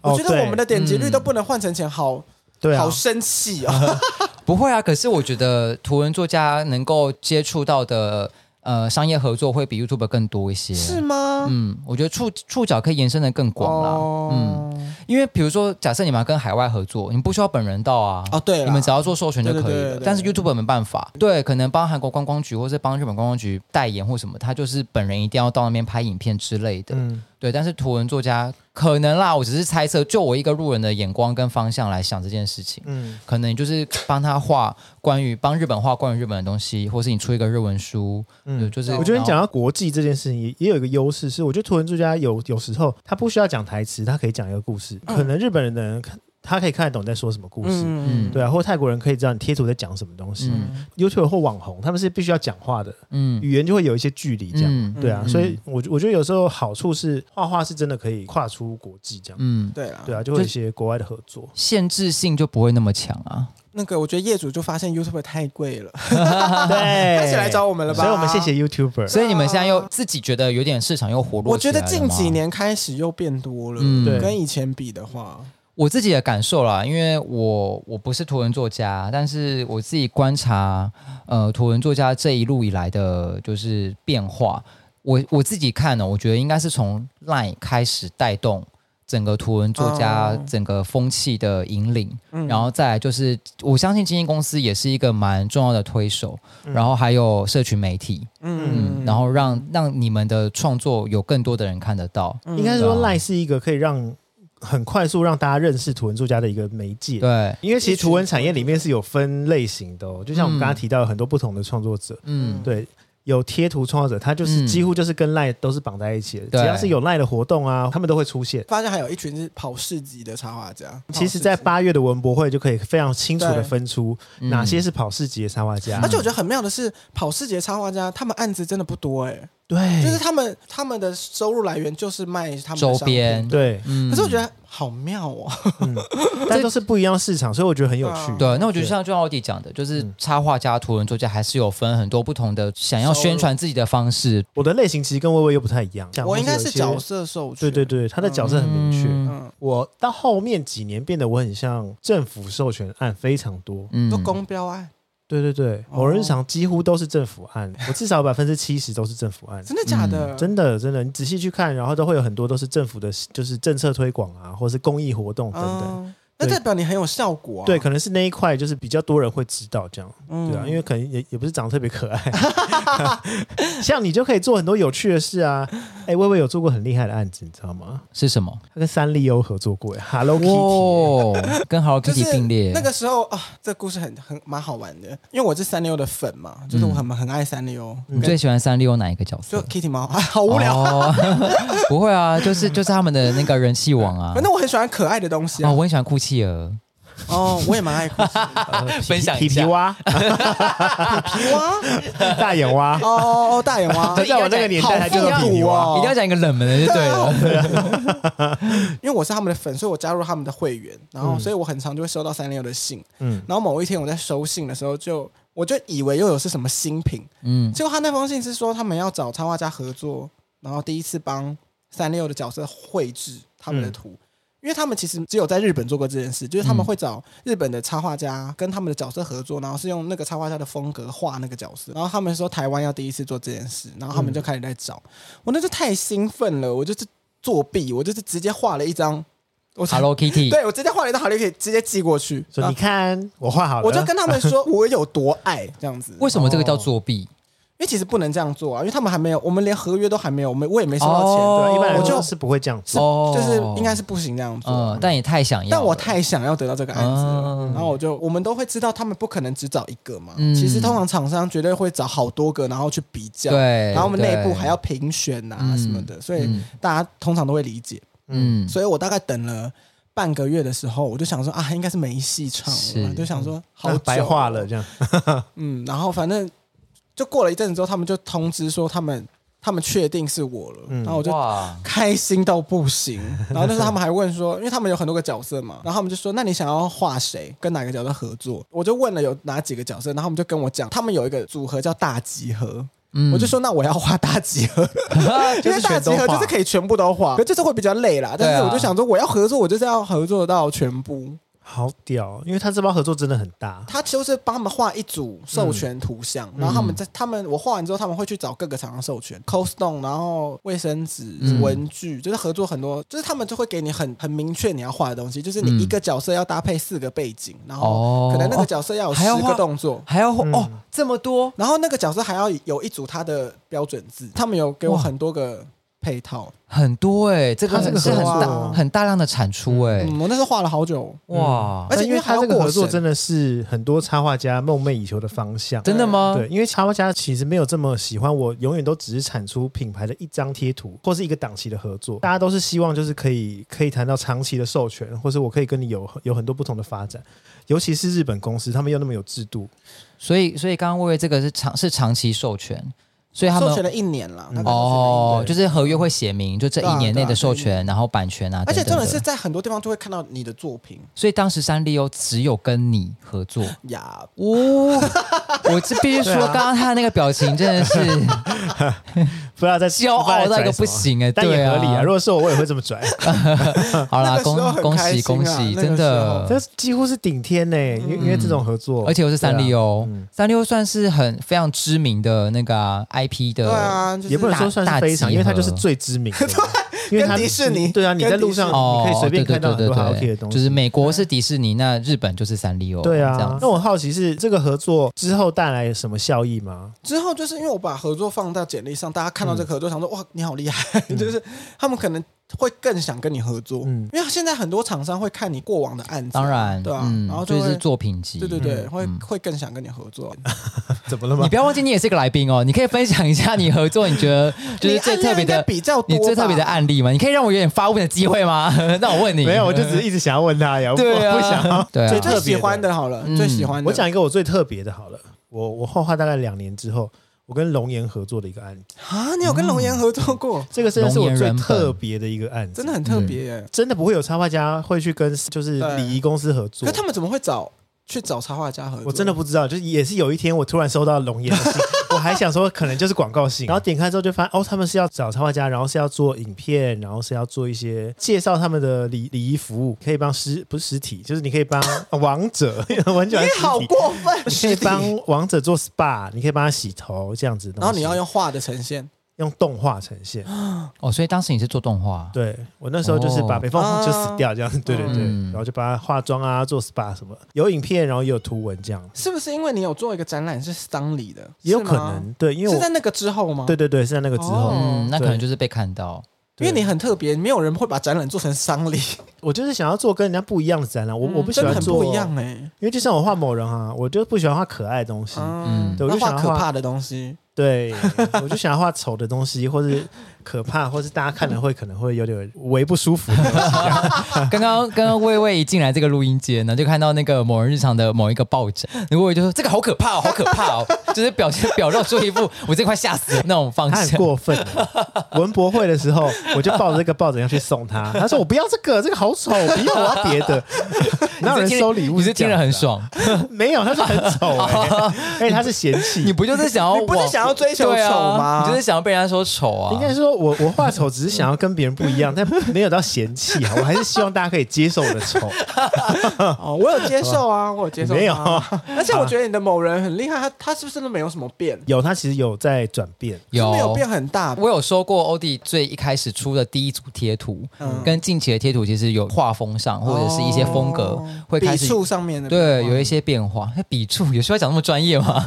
S2: 哦
S3: 我觉得我们的点击率
S1: 嗯
S3: 都不能换成钱，好
S2: 对啊
S3: 好，生气哦。
S1: 不会啊。可是我觉得图文作家能够接触到的呃商业合作会比 YouTube 更多一些。
S3: 是吗？
S1: 嗯，我觉得触触角可以延伸的更广啦。
S3: 哦
S1: 嗯，因为比如说，假设你们要跟海外合作，你们不需要本人到啊。
S3: 哦，对了，
S1: 你们只要做授权就可以了，
S3: 对对对对
S1: 但是 YouTube 没办法，对，可能帮韩国观光局或是帮日本观光局代言或什么，他就是本人一定要到那边拍影片之类的，
S2: 嗯，
S1: 对。但是图文作家可能啦，我只是猜测，就我一个路人的眼光跟方向来想这件事情，
S2: 嗯，
S1: 可能就是帮他画关于帮日本画关于日本的东西，或是你出一个日文书，
S2: 嗯
S1: 对，就是
S2: 我觉得你讲
S1: 然后
S2: 到国际这件事情，也也有一个优
S3: 嗯
S2: 势是，我觉得图文作家有有时候他不需要讲台词，他可以讲一个故事。可能日本人的人看他可以看得懂你在说什么故事。
S1: 嗯
S2: 对啊，或泰国人可以知道你贴图在讲什么东西、
S1: 嗯
S2: y o u t u b e 或网红他们是必须要讲话的，
S1: 嗯
S2: 语言就会有一些距离这样。
S1: 嗯
S2: 对啊，
S1: 嗯
S2: 所以我我觉得有时候好处是画画是真的可以跨出国际这样。
S1: 嗯，
S3: 对啦，
S2: 对啊，就会有一些国外的合作。
S1: 限制性就不会那么强啊。
S3: 那个我觉得业主就发现 YouTube 太贵了，
S2: 对，
S3: 开始来找我们了吧？
S2: 哎所以我们谢谢。YouTuber。
S1: 所以你们现在又自己觉得有点市场又活络
S3: 我
S1: 起
S3: 觉
S1: 来了
S3: 得
S1: 吗，
S3: 近几年开始又变多了，
S1: 嗯
S2: 对
S3: 跟以前比的话，
S1: 我自己的感受啦，因为我我不是图文作家，但是我自己观察，呃，图文作家这一路以来的就是变化，我我自己看呢，我觉得应该是从 LINE 开始带动整个图文作家
S3: 哦
S1: 整个风气的引领，
S3: 嗯
S1: 然后再来就是我相信经纪公司也是一个蛮重要的推手，
S3: 嗯
S1: 然后还有社群媒体，嗯，然后让让你们的创作有更多的人看得到，
S3: 嗯
S2: 应该说
S1: 对啊
S2: Line 是一个可以让很快速让大家认识图文作家的一个媒介。
S1: 对，
S2: 因为其实图文产业里面是有分类型的哦，就像我们刚刚提到有很多不同的创作者，
S1: 嗯，
S2: 对，有贴图创作者，他就是
S1: 嗯
S2: 几乎就是跟赖都是绑在一起的，
S1: 对
S2: 只要是有赖的活动啊，他们都会出现。
S3: 发现还有一群是跑市集的插画家。
S2: 其实，在
S3: 跑市集
S2: 八月的文博会就可以非常清楚的
S3: 对
S2: 分出
S1: 嗯
S2: 哪些是跑市集的插画家，
S3: 嗯而且我觉得很妙的是，跑市集的插画家，他们案子真的不多哎、
S2: 对，
S3: 就是他们他们的收入来源就是卖他们的
S1: 周
S3: 商品
S1: 边，
S2: 对，
S1: 嗯
S3: 可是我觉得好妙哦，
S2: 但都是不一样市场，所以我觉得很有趣。
S1: 对，那我觉得
S2: 对
S1: 像就像奥迪讲的，就是
S3: 嗯
S1: 插画家、图文作家还是有分很多不同的想要
S3: 收入
S1: 宣传自己的方式。
S2: 我的类型其实跟微微又不太一样，像
S3: 我应该
S2: 有
S3: 是
S2: 一些
S3: 角色授
S2: 对
S3: 权，
S2: 对对，他的角色很明确。
S1: 嗯
S3: 嗯，
S2: 我到后面几年变得我很像政府授权案非常多，
S1: 嗯
S3: 都公标啊案，
S2: 对对对，
S3: 哦
S2: 某人日常几乎都是政府案，我至少百分之七十都是政府
S3: [LAUGHS]
S2: 案，
S3: 真的假的？
S2: 嗯真的真的，你仔细去看，然后都会有很多都是政府的，就是政策推广啊，或是公益活动等等。
S3: 嗯那
S2: 对
S3: 代表你很有效果啊。
S2: 对，可能是那一块就是比较多人会知道这样，
S3: 嗯，
S2: 对啊，因为可能也也不是长得特别可爱， [LAUGHS] 像你就可以做很多有趣的事啊。哎，薇薇有做过很厉害的案子，你知道吗？
S1: 是什么？
S2: 她跟三丽鸥合作过哎，Hello Kitty。
S1: 哇， [LAUGHS] 跟 Hello
S3: 就是
S1: Kitty 并列，
S3: 那个时候啊，这故事很很蛮好玩的，因为我是三丽鸥的粉嘛，就是我很
S1: 嗯
S3: 很爱三丽鸥，
S2: 嗯
S1: 你最喜欢三丽鸥哪一个角
S3: 就
S1: 色？
S3: Kitty 猫，啊好无聊。
S1: 哦 [LAUGHS] 不会啊，就是就是他们的那个人气王
S3: [LAUGHS]
S1: 啊
S3: 反。正我很喜欢可爱的东西
S1: 哦，
S3: 啊，
S1: 我很喜欢酷企鹅，
S3: 哦，我也蛮爱哭的
S1: 分享
S2: 皮
S1: 一
S2: 皮
S1: 下。
S2: 蛙、
S1: [LAUGHS]
S3: 皮蛙，
S2: 大眼蛙，
S3: 哦哦哦，大眼蛙
S2: 就，在我那个年代，它叫
S3: 好
S2: 做
S3: 复
S2: 皮皮
S3: 古
S2: 蛙。
S1: 一定要
S3: 哦。
S1: 讲一个冷门的就对
S3: [LAUGHS]
S1: 了。
S3: 啊因为我是他们的粉，所以我加入他们的会员，然后
S2: 嗯
S3: 所以我很常就会收到三丽鸥的信，
S2: 嗯，
S3: 然后某一天我在收信的时候就。我就以为又有是什么新品，
S1: 嗯，
S3: 结果他那封信是说他们要找插画家合作，然后第一次帮三六的角色绘制他们的图，因为他们其实只有在日本做过这件事，就是他们
S1: 嗯
S3: 会找日本的插画家跟他们的角色合作，然后是用那个插画家的风格画那个角色，然后他们说台湾要第一次做这件事，然后他们就开始在找，
S1: 嗯
S3: 我那就太兴奋了，我就是作弊，我就是直接画了一张，我
S1: Hello Kitty，
S3: 对我直接画了一张好了，可以直接寄过去，
S2: 说你
S3: 然后
S2: 看我画好
S1: [LAUGHS]
S2: 了，
S3: 啊我就跟他们说我有多爱这样子，
S1: 啊为什么这个叫作弊？
S3: 因为其实不能这样做啊，因为他们还没有，我们连合约都还没有，我们我也没收到钱，
S1: 哦
S2: 对，一般来
S3: 我
S2: 说
S3: 就是
S2: 不会这样子。
S1: 哦
S3: 就是应该是不行这样做。
S1: 嗯，但也太想要了，
S3: 哦但我太想要得到这个案子了，
S1: 嗯
S3: 然后我就我们都会知道他们不可能只找一个嘛，
S1: 嗯
S3: 其实通常厂商绝对会找好多个，然后去比较，
S1: 哦对，
S3: 然后我们内部
S1: 对
S3: 还要评选啊
S1: 嗯
S3: 什么的，所以
S1: 嗯
S3: 大家通常都会理解。
S1: 嗯
S3: 所以我大概等了。半个月的时候，我就想说啊，应该是没戏唱了
S1: 是
S3: 吧，就想说好
S2: 嗯那
S3: 久啊哦
S2: 白画了，这样，
S3: 嗯，然后反正就过了一阵子之后，他们就通知说他们他们确定是我了，
S2: 嗯
S3: 然后我就
S1: 哇，
S3: 开心到不行。 [LAUGHS] 然后那时候他们还问说，因为他们有很多个角色嘛，然后他们就说，那你想要画谁，跟哪个角色合作？我就问了有哪几个角色，然后他们就跟我讲，他们有一个组合叫大集合。
S1: 嗯
S3: 我就说那我要画大集合，因为大集合 [LAUGHS] 就是可以全部都画，可就是会比较累啦。但
S1: 对
S3: 是
S1: 啊
S3: 我就想说，我要合作，我就是要合作到全部。
S2: 好屌，哦因为他这包合作真的很大，
S3: 他就是帮他们画一组授权图像，
S1: 嗯
S3: 然后他们在他们我画完之后，他们会去找各个厂商授权，Cold Stone，然后卫生纸、
S1: 嗯
S3: 文具，就是合作很多，就是他们就会给你很很明确你要画的东西，就是你一个角色要搭配四个背景，然后
S1: 哦
S3: 可能那个角色要有
S1: 还要
S3: 十
S1: 画
S3: 个动作。
S1: 还要、哦这么多，
S3: 然后那个角色还要有一组他的标准字，他们有给我
S1: 哇
S3: 很多个配套。
S1: 很多哎、这个
S3: 它这个
S1: 是很
S3: 很
S1: 大
S3: 多啊
S1: 很大量的产出哎、
S3: 嗯，我嗯那时候画了好久，
S1: 哇，
S3: 而且
S2: 但嗯因为
S3: 还
S2: 他
S3: 要
S2: 这个
S3: 过
S2: 合作
S3: 审
S2: 真的是很多插画家梦寐以求的方向。
S1: 真的吗？
S2: 对，因为插画家其实没有这么喜欢我，永远都只是产出品牌的一张贴图或是一个档期的合作，大家都是希望就是可以可以谈到长期的授权，或是我可以跟你有有很多不同的发展，尤其是日本公司，他们又那么有制度，
S1: 所以所以刚刚薇薇这个是长是长期授权，所以他
S3: 授权
S1: 们
S3: 了一年了。大概
S1: 哦，
S3: 授权了一年
S1: 就是合约会写明，就这一年内的授权，然后版权啊，
S3: 而且
S1: 等
S3: 重
S1: 等的
S3: 点是，在很多地方就会看到你的作品
S1: 所以当时三丽鸥只有跟你合作。
S3: 呀。 [LAUGHS]
S1: 哦，我这必须说，
S2: 对啊
S1: 刚刚他的那个表情真
S3: [LAUGHS]
S1: 的是。
S2: 不要再
S1: 骄傲到一个不行欸
S2: 但也
S1: 对啊
S2: 合理啊。如果是我，我也会这
S1: [LAUGHS]
S2: 么拽，
S1: 好啦，
S3: 那个时
S1: 恭
S3: 候很
S1: 恭
S3: 开
S1: 喜
S3: 心
S1: 恭
S3: 啊
S1: 喜，
S3: 那个
S1: 真的
S2: 这，几乎是顶天呢、因为因为这种合作，
S1: 嗯而且又是三丽
S2: 对啊。
S1: 鸥，
S3: 嗯
S1: 三丽鸥算是很非常知名的那个啊 IP
S3: 对
S1: 的。
S3: 啊，就是
S2: 也不能说算是
S1: 大
S2: 非
S1: 大集合
S2: 常，因为它就是最知名
S1: [LAUGHS]
S2: 的，因为它
S3: 跟迪士尼
S2: 对啊，你在路上
S3: 跟
S1: 哦，
S2: 你可以随便
S1: 对
S2: 看到很
S1: 对
S2: 多 Hello
S1: 对
S2: Kitty
S1: 对
S2: 的东
S1: 对，
S2: 西，
S1: 就是美国是迪士尼，那日本就是三丽鸥，
S2: 对
S1: 这
S2: 啊
S1: 样，子
S2: 那我好奇是这个合作之后带来什么效益吗？
S3: 之后就是因为我把合作放到简历上，大家看到
S2: 嗯
S3: 这个合作，想说哇，你好厉害， [LAUGHS] 就是他们可能会更想跟你合作，
S2: 嗯
S3: 因为现在很多厂商会看你过往的案子，
S1: 当然，
S3: 对啊，
S1: 嗯
S3: 然后就
S1: 就
S3: 会
S1: 是作品集，
S3: 对对对，会
S1: 嗯
S3: 会更想跟你合
S2: [LAUGHS]
S3: 作。
S2: 怎么了
S1: 你？不要忘记，你也是个来宾哦，你可以分享一下你合作，你觉得就是最特别
S3: [LAUGHS] 你案量应该
S1: 的。
S3: 比较多
S1: 你
S3: 吧，
S1: 最特别的案例吗？你可以让我有点发问的机会吗？ [LAUGHS] 那我问你，
S2: [LAUGHS] 没有，我就只是一直想要问他 [LAUGHS] 呀，我不
S1: 对啊，
S2: 我不
S1: [LAUGHS]
S2: 想要。
S1: 对啊
S3: 最
S2: 特别
S3: 最
S2: 的
S3: 喜欢的好了，
S1: 嗯
S3: 最喜欢的。
S2: 我讲一个我最特别的好了，我我画画大概两年之后，我跟龙岩合作的一个案子，
S3: 啊，你有跟龙
S2: 嗯
S3: 岩合作过，
S2: 这个真的是我
S1: 龙
S2: 最
S1: 岩人本
S2: 特别的一个案子，
S3: 真的很特别耶。
S2: 真的不会有插画家会去跟就是
S3: 对
S2: 礼仪公司合
S3: 可
S2: 作
S3: 是。他们怎么会找去找插画家合作？
S2: 我真的不知道，就是也是有一天我突然收到龙岩的 [LAUGHS] 信，我还想说可能就是广告信，然后点开之后就发现哦，他们是要找插画家，然后是要做影片，然后是要做一些介绍他们的礼礼仪服务，可以帮实不是实体，就是你可以帮王 [LAUGHS] 者，我很喜
S3: 你
S2: 欢实
S3: 好
S2: 体，
S3: 过
S2: [LAUGHS]
S3: 分，
S2: 你可以帮王者做 SPA，你可以帮他洗头这样子的东西，
S3: 然后你要用画的呈现，
S2: 用动画呈现。
S1: 哦，所以当时你是做动画，
S2: 对我那时候就是把
S1: 哦
S2: 北方就死掉这样，对对对，
S1: 嗯
S2: 然后就把它化妆啊，做 SPA 什么，有影片，然后也有图文这样，
S3: 是不是因为你有做一个展览是丧礼的？
S2: 也有可
S3: 是吗
S2: 能对，因为
S3: 是在
S2: 我
S3: 那个之后
S1: 哦
S3: 吗？
S2: 对，对对是在那个之后，
S3: 哦
S1: 嗯，那可能
S2: 对
S1: 就是被看到，
S2: 对
S3: 因为你很特别，没有人会把展览做成丧礼，
S2: 我就是想要做跟人家不一样的
S1: 嗯
S2: 展览，我我不喜
S3: 真的
S2: 欢
S3: 很
S2: 做
S3: 不一样，哎。
S2: 因为就像我画某人啊，我就不喜欢画可爱的东西，
S1: 嗯
S3: 嗯，
S2: 对我就
S3: 那画
S2: 想要
S3: 可
S2: 画
S3: 怕的
S2: [LAUGHS]
S3: 东西，
S1: [LAUGHS]
S2: 对我就想要画丑的东西，或是可怕，或是大家看了会可能会有点微不舒服的东西这样。
S1: 刚刚刚刚魏魏一进来这个录音间呢，就看到那个某人日常的某一个抱枕，然后我就说这个好可怕哦，好可怕哦， [LAUGHS] 就是表现表露出一副我这快吓死了那种方
S2: 他很
S3: [LAUGHS]
S1: 向。
S2: 过分的，文博会的时候，我就抱着这个抱枕要去送他，他说我不要这个，这个好丑，我不要，我要别
S1: [LAUGHS]
S2: 的。哪有人收礼物
S1: 你是听
S2: 这
S1: 着
S2: 样子啊
S1: 很，爽，
S2: 没有，他说很丑、
S1: [LAUGHS]
S2: 欸，而且他是嫌弃。
S1: 你不就是想要
S3: [LAUGHS] 你不是
S1: 往
S3: 想要追求
S1: 对啊
S3: 丑吗
S1: 你就是想要被人家说丑啊？
S2: 应该说我我画丑只是想要跟别人不一样，但没有到嫌弃啊，我还是希望大家可以接受我的丑。
S3: 哦，我有接受啊，我有接受，
S2: 没有，
S3: [LAUGHS] 而且我觉得你的某人很厉害，他他是不是真的没有什么变？
S2: 有他其实有在转变，
S3: 是
S1: 有
S3: 没有变很大，
S1: 我有收过欧弟最一开始出的第一组贴图，
S3: 嗯
S1: 跟近期的贴图其实有画风上或者是一些风格、
S3: 哦
S1: 会开
S3: 笔
S1: 始
S3: 触上面的
S1: 对有
S3: 一
S1: 一些变化。那笔触有需要讲那么专业吗？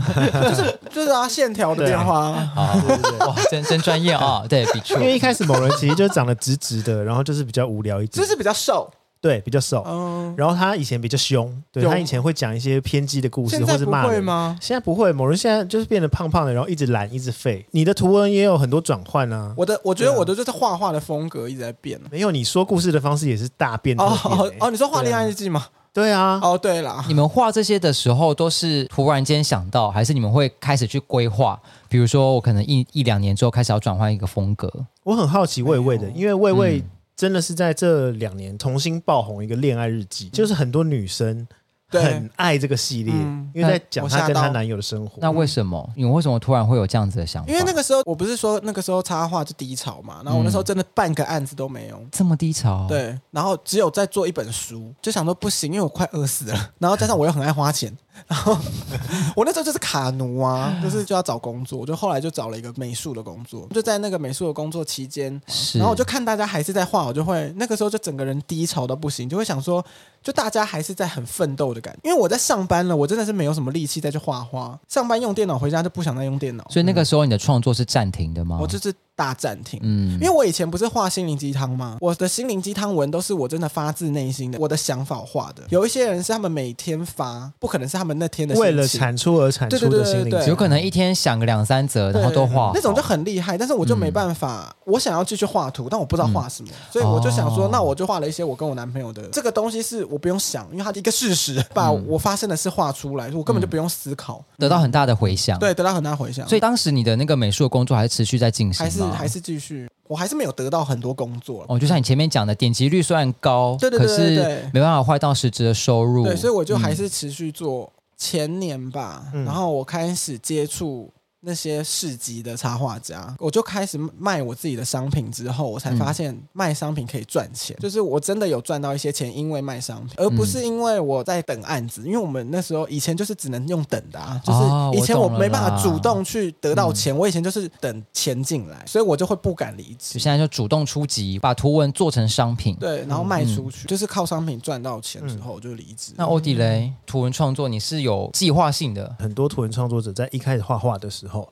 S3: 就是啊线条的
S2: 对啊
S3: 变化
S1: [LAUGHS]
S3: 啊，
S1: 啊， [LAUGHS] 哇，真真专业啊！ [LAUGHS] 对，笔触
S2: 因。为一开始某人其实就长得直直的，然后就是比较无聊一
S3: 就
S2: 点，
S3: 是比较瘦，
S2: 对，比较瘦。
S3: 嗯，
S2: 然后他以前比较凶，对
S3: 有
S2: 他以前会讲一些偏激的故事
S3: 现
S2: 或
S3: 在
S2: 是
S3: 不
S2: 骂
S3: 会
S2: 人。
S3: 吗？
S2: 现在不会，某人现在就是变得胖胖的，然后一直懒，一直废。你的图文也有很多转换啊。
S3: 我的我觉得
S2: 对啊
S3: 我的就是画画的风格一直在变。
S2: 没有，你说故事的方式也是大变特
S3: 哦
S2: 变、
S3: 哦
S2: 欸
S3: 哦，你说画《
S2: 对
S3: 恋
S2: 啊
S3: 爱日记》吗？
S2: 对啊，
S3: 哦，对啦，
S1: 你们画这些的时候，都是突然间想到，还是你们会开始去规划？比如说，我可能一一两年之后开始要转换一个风格，
S2: 我很好奇魏魏
S3: 哎
S2: 的，因为魏魏
S1: 嗯
S2: 真的是在这两年重新爆红一个恋爱日记，就是很多女生
S3: 嗯对
S2: 很爱这个系列，
S3: 嗯
S2: 因为在讲
S3: 我
S2: 她
S3: 吓
S2: 跟她
S3: 到
S2: 男友的生活。
S1: 那为什么你们为什么突然会有这样子的想法？
S3: 因为那个时候我不是说那个时候插画就低潮嘛，然后我那时候真的半个案子都没有。
S1: 这么低潮，，
S3: 对，然后只有在做一本书，就想说不行，因为我快饿死了， [LAUGHS] 然后加上我又很爱花钱，然后我那时候就是卡奴啊，就是就要找工作，我就后来就找了一个美术的工作，就在那个美术的工作期间，
S1: 是。
S3: 然后我就看大家还是在画，我就会那个时候就整个人低潮到不行，就会想说，就大家还是在很奋斗的感觉，因为我在上班了，我真的是没有什么力气再去画画，上班用电脑，回家就不想再用电脑，
S1: 所以那个时候你的创作是暂停的吗？
S3: 我就是大暂停。
S1: 哦嗯
S3: 因为我以前不是画心灵鸡汤吗？我的心灵鸡汤文都是我真的发自内心的，我的想法画的。有一些人是他们每天发，不可能是他们那天的心
S2: 为了
S3: 情
S2: 产出而产出的心
S3: 对对对
S2: 灵
S3: 对对
S1: 有可能一天想个两三折，然后都画好
S3: 那种就很厉害，但是我就没办法，我想要继续画图，但我不知道画什么，所以我就想说，
S1: 嗯哦
S3: 那我就画了一些我跟我男朋友的这个东西，是我不用想，因为它的一个事实，把我发生的事画出来，我根本就不用思考，
S1: 嗯得到很大的回响。，
S3: 对，得到很大回响，
S1: 所以当时你的那个美术的工作还是持续在进行
S3: 还是
S1: 吗
S3: 还是继续，我还是没有得到很多工作了。
S1: 哦，就像你前面讲的，点击率虽然高，
S3: 对对对对
S1: 可
S3: 对
S1: 是没办法换到实质的收入。
S3: 对，所以我就
S1: 嗯
S3: 还是持续做。前年吧，然后我开始接触那些市集的插画家，我就开始卖我自己的商品之后，我才发
S1: 嗯
S3: 现卖商品可以赚钱，就是我真的有赚到一些钱，因为卖商品，
S1: 嗯
S3: 而不是因为我在等案子，因为我们那时候以前就是只能用等的啊，就
S1: 哦
S3: 是以前
S1: 我
S3: 我
S1: 懂了嗯
S3: 没办法
S1: 啦
S3: 主动去得到钱，我以前就是等钱进来，所以我就会不敢离职
S1: 就。现在就主动出击，把图文做成商品。
S3: 对，然后卖出去，就是靠商品赚到钱之后我就离职。
S1: 嗯那欧迪雷图文创作，你是有计划性的，
S2: 很多图文创作者在一开始画画的时候，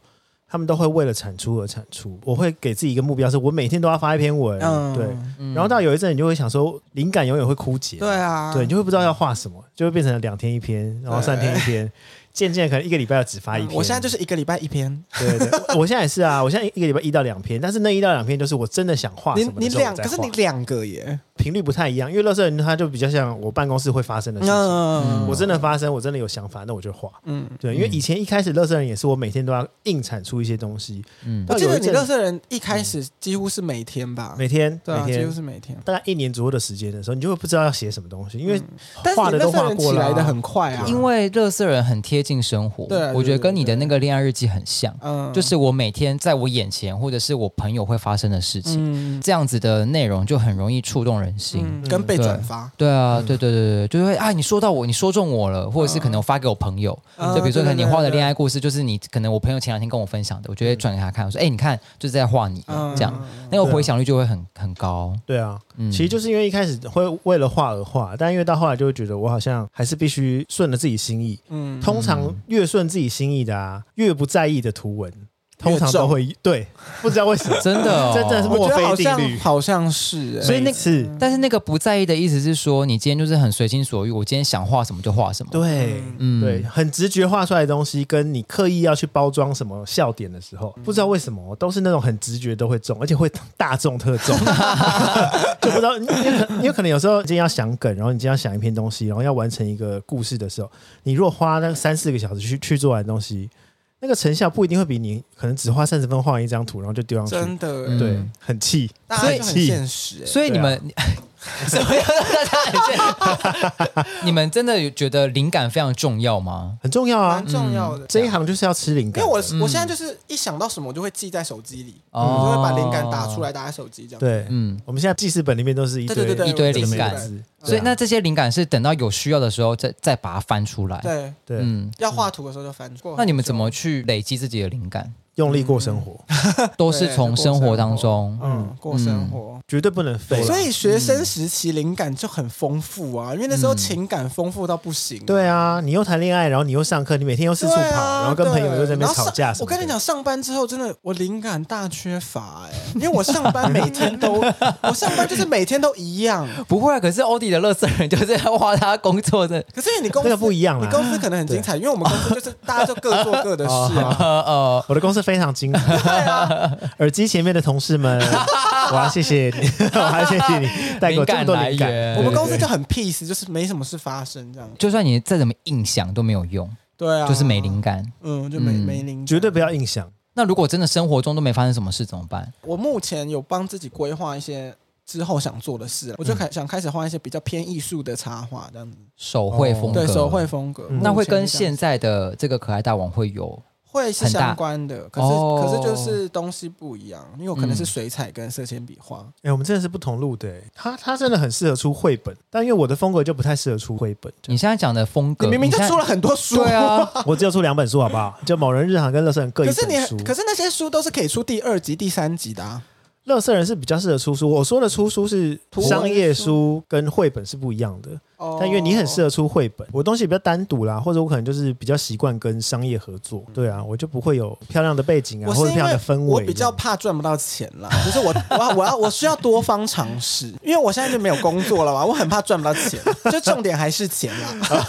S2: 他们都会为了产出而产出。我会给自己一个目标，是我每天都要发一篇文，
S3: 嗯
S2: 对。然后到有一阵，你就会想说，灵感永远会枯竭，
S3: 对啊，
S2: 对，你就会不知道要画什么，就会变成两天一篇，然后三天一篇，渐渐可能一个礼拜要只发一
S3: 嗯
S2: 篇。
S3: 我现在就是一个礼拜一篇。
S2: [LAUGHS] 对对，我我现在也是啊，我现在一个礼拜一到两篇，但是那一到两篇就是我真的想画
S3: 你
S2: 什么
S3: 你
S2: 的时候
S3: 两，
S2: 我再
S3: 可是
S2: 画
S3: 你两个耶。
S2: 频率不太一样，因为乐色人他就比较像我办公室会发生的事情。
S3: 嗯，
S2: 我真的发生，我真的有想法，那我就画。
S3: 嗯，
S2: 对，因为以前一开始乐色人也是我每天都要硬产出一些东西，
S1: 嗯，
S3: 我
S2: 到
S3: 记
S2: 有
S3: 得
S2: 一
S3: 你
S2: 阵
S3: 认识人一开始几乎是每天吧，
S2: 每天
S3: 对
S2: 每
S3: 啊，几
S2: 天
S3: 乎是每天。
S2: 大概一年左右的时间的时候，你就会不知道要写什么东西，因为
S3: 但是
S2: 画的
S3: 你那
S2: 都
S3: 时候
S2: 画
S3: 人
S2: 过
S3: 起
S2: 了
S3: 来
S2: 啊，
S3: 的很快啊，
S1: 因为乐色人很贴近生活，
S3: 对啊
S1: 我觉得
S3: 对对
S1: 跟你的
S3: 对
S1: 那个恋爱日记很像，
S3: 嗯，
S1: 就是我每天在我眼前或者是我朋友会发生的事情，
S3: 嗯
S1: 这样子的内容就很容易触动人心。
S3: 嗯，跟被
S1: 对
S3: 转发，
S1: 对啊，对对对对，就是会啊，你说到我，你说中我了，或者是可能我发给我朋友，
S3: 嗯
S1: 就比如说可能你画的
S3: 对对对对
S1: 恋爱故事，就是你可能我朋友前两天跟我分享的，我就会转给他看，我说哎，你看就是在画你
S3: 嗯
S1: 这样，那个回响率就会很很高。
S2: 对啊，
S1: 嗯，
S2: 其实就是因为一开始会为了画而画，但因为到后来就会觉得我好像还是必须顺着自己心意。
S3: 嗯，
S2: 通常越顺自己心意的啊，越不在意的图文，通常都会对，不知道为什么
S1: [LAUGHS] 真的、哦，
S2: 真的是
S3: 我
S2: 墨
S3: 觉得好
S2: 菲定
S3: 像
S2: 律。
S3: 好像是欸，
S1: 所以那
S2: 每次
S1: 但是那个不在意的意思是说，你今天就是很随心所欲，我今天想画什么就画什么。，
S2: 对。
S3: 嗯
S1: 嗯
S2: 对，，很直觉画出来的东西，跟你刻意要去包装什么笑点的时候，不知道为什么都是那种很直觉都会中，而且会大中特中， [LAUGHS] 就不知道你有可你有可能有时候今天要想梗，然后你今天要想一篇东西，然后要完成一个故事的时候，你如果花那三四个小时去去做完东西，那个成效不一定会比你可能只花三十分画完一张图，然后就丢上去，
S3: 真的欸，
S1: 嗯
S2: 对，很气，
S3: 大家
S2: 很
S3: 就很
S2: 气。
S3: 现实欸，
S1: 所以你们、什么
S2: 啊
S1: 样的大家你们真的有觉得灵感非常重要吗？
S2: 很重要啊
S3: 蛮，重要的。
S2: 这一行嗯就是要吃灵
S3: 因
S2: 感
S3: 为
S2: 的。
S3: 我我现在就是一想到什么，我就会记在手机里，我
S1: 哦
S3: 就会把灵感打出来，打在手机这样。
S2: 对，
S1: 嗯，
S2: 我们现在记事本里面都是一堆
S3: 对对对
S1: 一堆
S3: 我就是
S1: 灵感
S2: 有的没的字
S1: 所以
S2: 对啊
S1: 那这些灵感是等到有需要的时候再再把它翻出来。，
S3: 对，
S2: 对，
S1: 嗯，
S3: 要画图的时候就翻过。
S1: 哦那你们怎么去累积自己的灵感？
S2: 用力过生活，
S1: 都是从生活当中。 [LAUGHS]
S3: 嗯过生活？
S2: 绝对不啊能废了。
S3: 所以学
S1: 嗯
S3: 生时期灵感就很丰富啊，因为那时候情感丰富到不行。
S2: 对啊，你又谈恋爱，然后你又上课，你每天又四处跑，
S3: 对啊
S2: 然后跟朋友又在那
S3: 对
S2: 边
S3: 然后
S2: 吵架
S3: 上
S2: 什
S3: 我
S2: 么的
S3: 跟你，讲，上班之后真的我灵感大缺乏哎、因为我上班每天
S1: [LAUGHS]
S3: 都，我上班就是每天都一样。
S1: 不会啊，可是欧弟的乐色人就是要画他工作的，
S3: 可是因为你公司
S2: 那个不一
S1: 啊
S2: 样啦
S3: 你公司可能很精彩，因为我们公司就是大家就各做各的事啊。
S1: [LAUGHS] [LAUGHS] 呃，
S2: 我的公司非常精
S3: [LAUGHS]
S2: 彩。耳机前面的同事们，我要谢谢你， [LAUGHS] 我要谢谢你带给我这么多灵
S1: 灵
S2: 感
S1: 感来源。
S2: 对
S3: 我们公司
S2: 对
S3: 就很 peace，就是没什么事发生这样。
S1: 就算你再怎么硬想都没有用，
S3: 对啊，
S1: 就是没灵，感。
S3: 嗯，就没
S1: 嗯
S3: 没灵感，
S2: 绝对不要硬想。
S1: 那如果真的生活中都没发生什么事怎么办？
S3: 我目前有帮自己规划一些之后想做的事，
S2: 嗯
S3: 我就开想开始画一些比较偏艺术的插画，这样子，
S1: 手绘风格，
S3: 哦对手绘风格
S2: 嗯，
S1: 那会跟
S3: 目前是这样
S1: 现在的这个可爱大王会有
S3: 会是相关的，可是
S1: 哦嗯
S3: 可是就是东西不一样，因为我可能是水彩跟色铅笔画，
S2: 哎、我们真的是不同路的、欸。他他真的很适合出绘本，但因为我的风格就不太适合出绘本。
S1: 你现在讲的风格，
S3: 你明明就
S1: 现在
S3: 出了很多书，
S1: 对，啊，
S2: 我只有出两本书，好不好？就《某人日航》跟《乐色人》各一
S3: [LAUGHS] 可
S2: 本
S3: 是
S2: 书。
S3: 你可是那些书都是可以出第二集、第三集的啊，
S2: 乐色人是比较适合出书，我说的出书是
S3: 图文
S2: 商业
S3: 书
S2: 书跟绘本是不一样的。
S3: 哦
S2: 但因为你很适合出绘本，我东西比较单独啦，或者我可能就是比较习惯跟商业合作，对啊，我就不会有漂亮的背景啊，
S3: 我
S2: 或
S3: 是
S2: 者漂
S3: 因
S2: 亮
S3: 为
S2: 的氛围这样。
S3: 我比较怕赚不到钱啦，就是我我要我要我需要多方尝试，因为我现在就没有工作了嘛，我很怕赚不到钱，就重点还是钱啦，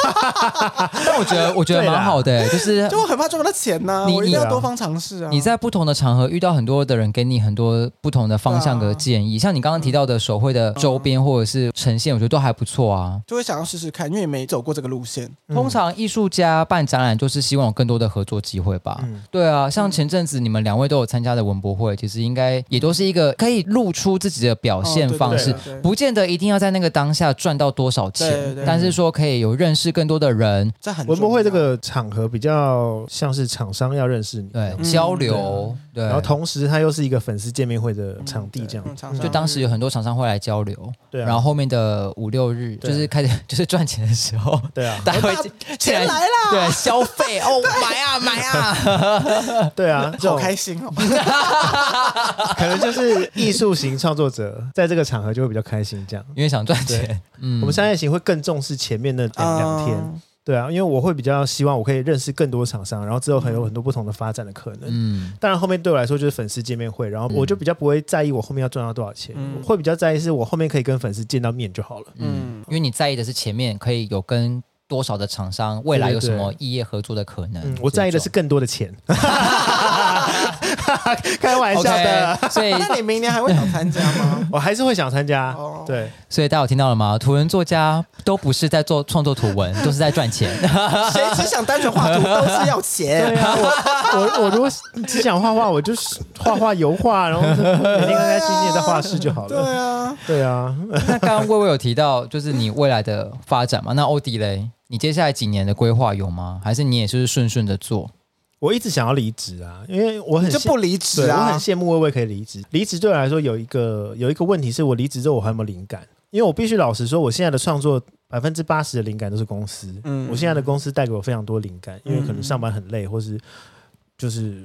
S1: 但我觉得我觉得
S2: 对啦
S1: 蛮好的、欸就是
S3: 就我很怕赚不到钱呐、
S1: 你
S3: 我一定
S1: 你
S3: 要多方尝试啊。
S1: 你在不同的场合遇到很多的人，给你很多不同的方向和建
S3: 啊
S1: 议。像你刚刚提到的手绘的周边或者是呈现，我觉得都还不错啊。
S3: 就会想要试试看，因为也没走过这个路线。
S1: 通常艺术家办展览就是希望有更多的合作机会
S3: 嗯
S1: 吧。
S2: 嗯
S1: 对啊，像前阵子你们两位都有参加的文博会，其实应该也都是一个可以露出自己的表现
S3: 哦对
S1: 方式，
S3: 对对对
S1: 不见得一定要在那个当下赚到多少钱，
S3: 对对对
S1: 但是说可以有认识更多的人，
S3: 这很
S2: 文博
S3: 重
S2: 会
S3: 要
S2: 这个场合比较像是厂商要认识你，
S1: 对、
S2: 这样
S3: 嗯
S1: 交流，对。
S2: 啊然后同时它又是一个粉丝见面会的场地，这样
S3: 嗯厂商
S1: 就当时有很多厂商会来交流，
S2: 对啊
S1: 然后后面的五六日
S2: 对
S1: 就
S2: 啊
S1: 是开始 [LAUGHS] 就是赚钱的时候，
S2: 对啊，
S1: [LAUGHS] 大家会
S3: 大
S1: 进进
S3: 钱来啦，
S1: 对，消
S2: [LAUGHS]
S1: 费哦，买啊买啊，
S2: 对
S3: [LAUGHS]
S2: 啊，这
S3: 好
S2: 种
S3: 开心哦！
S2: [LAUGHS] 可能就是艺术型创作者在这个场合就会比较开心，这样。
S1: 因为想赚
S2: 对
S1: 钱，嗯
S2: 我们商业型会更重视前面那两两天，
S3: 嗯
S2: 对啊，因为我会比较希望我可以认识更多厂商，然后之后还有很多不同的发展的可能。
S1: 嗯，
S2: 当然，后面对我来说就是粉丝见面会，然后我就比较不会在意我后面要赚到多少钱，
S3: 嗯
S2: 我会比较在意是我后面可以跟粉丝见到面就好了。
S3: 嗯
S1: 因为你在意的是前面可以有跟多少的厂商未来有什么异业合作的可能。
S2: 嗯，我在意的是更多的
S1: [LAUGHS]
S2: 钱， [LAUGHS] 开玩
S1: 这种
S2: 笑的。
S1: OK，所以 [LAUGHS]
S3: 啊那你明年还会想参加
S2: [LAUGHS]
S3: 吗？
S2: 我还是会想参加。
S3: 哦
S2: 对，
S1: 所以大家有听到了吗？图文作家都不是在做创作图文，都是在赚钱。
S3: 谁只想单纯画图都是要
S2: 对
S3: 钱，
S2: 啊，我我我如果只想画画，我就是画画油画，然后每天开开心心的在画室就好
S3: 对
S2: 了。
S3: 啊，
S2: 对啊，
S1: 那刚刚微微有提到，就是你未来的发展嘛？那欧迪嘞，你接下来几年的规划有吗？还是你也就是顺顺的做？
S2: 我一直想要离职啊，因为我很
S3: 你就
S2: 羡
S3: 不离职
S2: 对我
S3: 啊
S2: 很？羡慕薇薇可以离职。离职对我来说有一个有一个问题是我离职之后我还有没有灵感？因为我必须老实说，我现在的创作百分之八十的灵感都是公司。
S3: 嗯
S2: 我现在的公司带给我非常多灵感，因为可能上班很累，或是就是。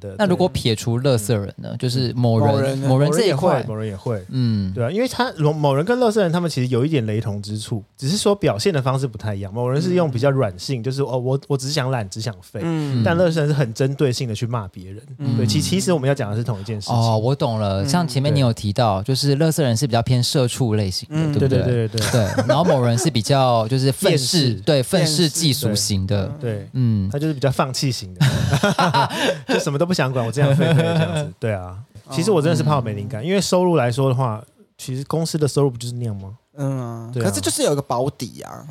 S2: 对嗯
S1: 那如果撇除乐色人呢？就是某
S3: 某
S1: 人
S3: 人呢
S1: 某人
S2: 某人
S1: 这一
S2: 也
S1: 块
S2: 会，，某人也会，
S1: 嗯，
S2: 对啊，因为他某某人跟乐色人他们其实有一点雷同之处，只是说表现的方式不太一样。某人是用比较软性，就是哦，我我只想懒，只想废；
S3: 嗯
S2: 但乐色人是很针对性的去骂别人。
S1: 嗯
S2: 对，其其实我们要讲的是同一件事情。嗯
S1: 哦，我懂了。像前面
S2: 对
S1: 你有提到，就是乐色人是比较偏社畜类型的，
S3: 嗯
S1: 对不
S2: 对
S1: 对？
S2: 对对对对
S1: 对，然后某人是比较
S2: [LAUGHS]
S1: 就是愤
S2: 厌
S1: 世，
S2: 世
S1: 对愤世
S3: 厌世
S1: 嫉俗
S2: 对
S1: 型的，
S2: 对，
S1: 嗯，
S2: 他就是比较放弃型
S3: [LAUGHS]
S2: 的，就什么都不想管，我这样废废这样子。对啊，
S3: 哦
S2: 其实我真的是怕我没灵感，因为收入来说的话，其实公司的收入不就是那样吗？
S3: 嗯，
S2: 对啊
S3: 可是就是有一个保底啊，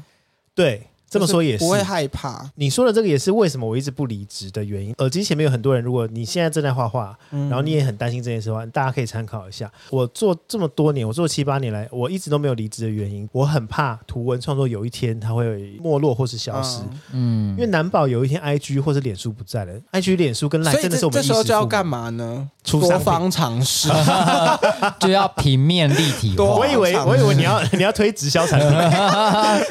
S2: 对，这么说也。
S3: 就是不会害怕。
S2: 你说的这个也是为什么我一直不离职的原因。耳机前面有很多人，如果你现在正在画画，
S3: 嗯
S2: 然后你也很担心这件事的话，大家可以参考一下。我做这么多年，我做七八年来，我一直都没有离职的原因，我很怕图文创作有一天它会没落或是消失，
S3: 嗯
S1: 嗯
S2: 因为难保有一天 IG 或是脸书不在了。IG、脸书跟 Line
S3: 所以
S2: 真的是
S3: 这
S2: 我们
S3: 这
S2: 衣
S3: 时
S2: 食
S3: 候就要
S2: 父母
S3: 干嘛呢？
S2: 出
S3: 多
S2: 商品
S3: 方尝试，
S1: 就
S2: [LAUGHS]
S1: 要平面立体化。
S3: 多
S2: 我以为我以为你要 [LAUGHS] 你要推直销
S3: [LAUGHS]
S2: 产品，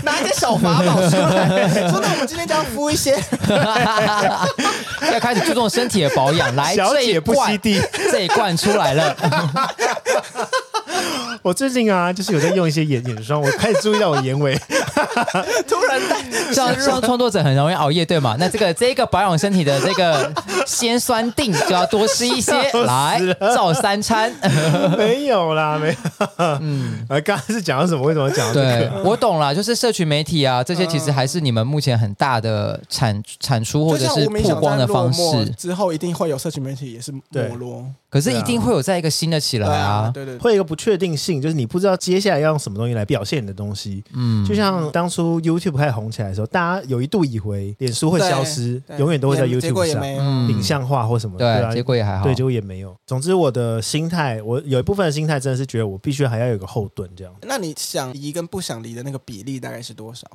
S3: 拿一些小法宝
S2: [LAUGHS]
S3: 出来。说那我们今天就要敷一些，
S1: 要开始注重身体的保
S2: [LAUGHS]
S1: 养。来，
S2: 小
S1: 这一
S2: 姐不吸
S1: 罐，
S2: 地。
S1: 这一罐出来了，
S2: [LAUGHS] 我最近啊，就是有在用一些眼眼霜，我开始注意到我眼尾， [LAUGHS]
S3: 突然
S1: [LAUGHS] 像像创作者很容易熬夜，对吗？那这个这个保养身体的这个鲜酸定就要多吃一些，来照三餐。
S2: 没有啦，没有。嗯，啊，刚刚是讲到什么？为什么讲到这
S1: 对
S2: 个？，
S1: 我懂了，就是社群媒体啊，这些其实还是你们目前很大的产产出或
S3: 就
S1: 者
S3: 像
S1: 是
S3: 无名
S1: 曝
S3: 小
S1: 光
S3: 站
S1: 的
S3: 落
S1: 方
S3: 寞
S1: 式，
S3: 之后，一定会有社群媒体也是没
S2: 对
S3: 落。
S1: 可是一定会有在一个新的起来啊。
S3: 对对对，
S2: 会有一个不确定性，就是你不知道接下来要用什么东西来表现你的东西。
S1: 嗯，
S2: 就像当初 YouTube 开始红起来的时候，大家有一度以为脸书会消失
S3: 对，
S2: 永远都会在
S3: 也结果
S2: YouTube
S3: 也
S2: 上
S3: 没有。
S1: 嗯
S2: 影像化或什么，
S1: 对，
S2: 啊
S1: 结。果也还好
S2: 对，。结果也没有。总之，我的心态，我有一部分的心态真的是觉得我必须还要有个后盾，这样
S3: 那你想离跟不想离的那个比例大概是多少？ [LAUGHS]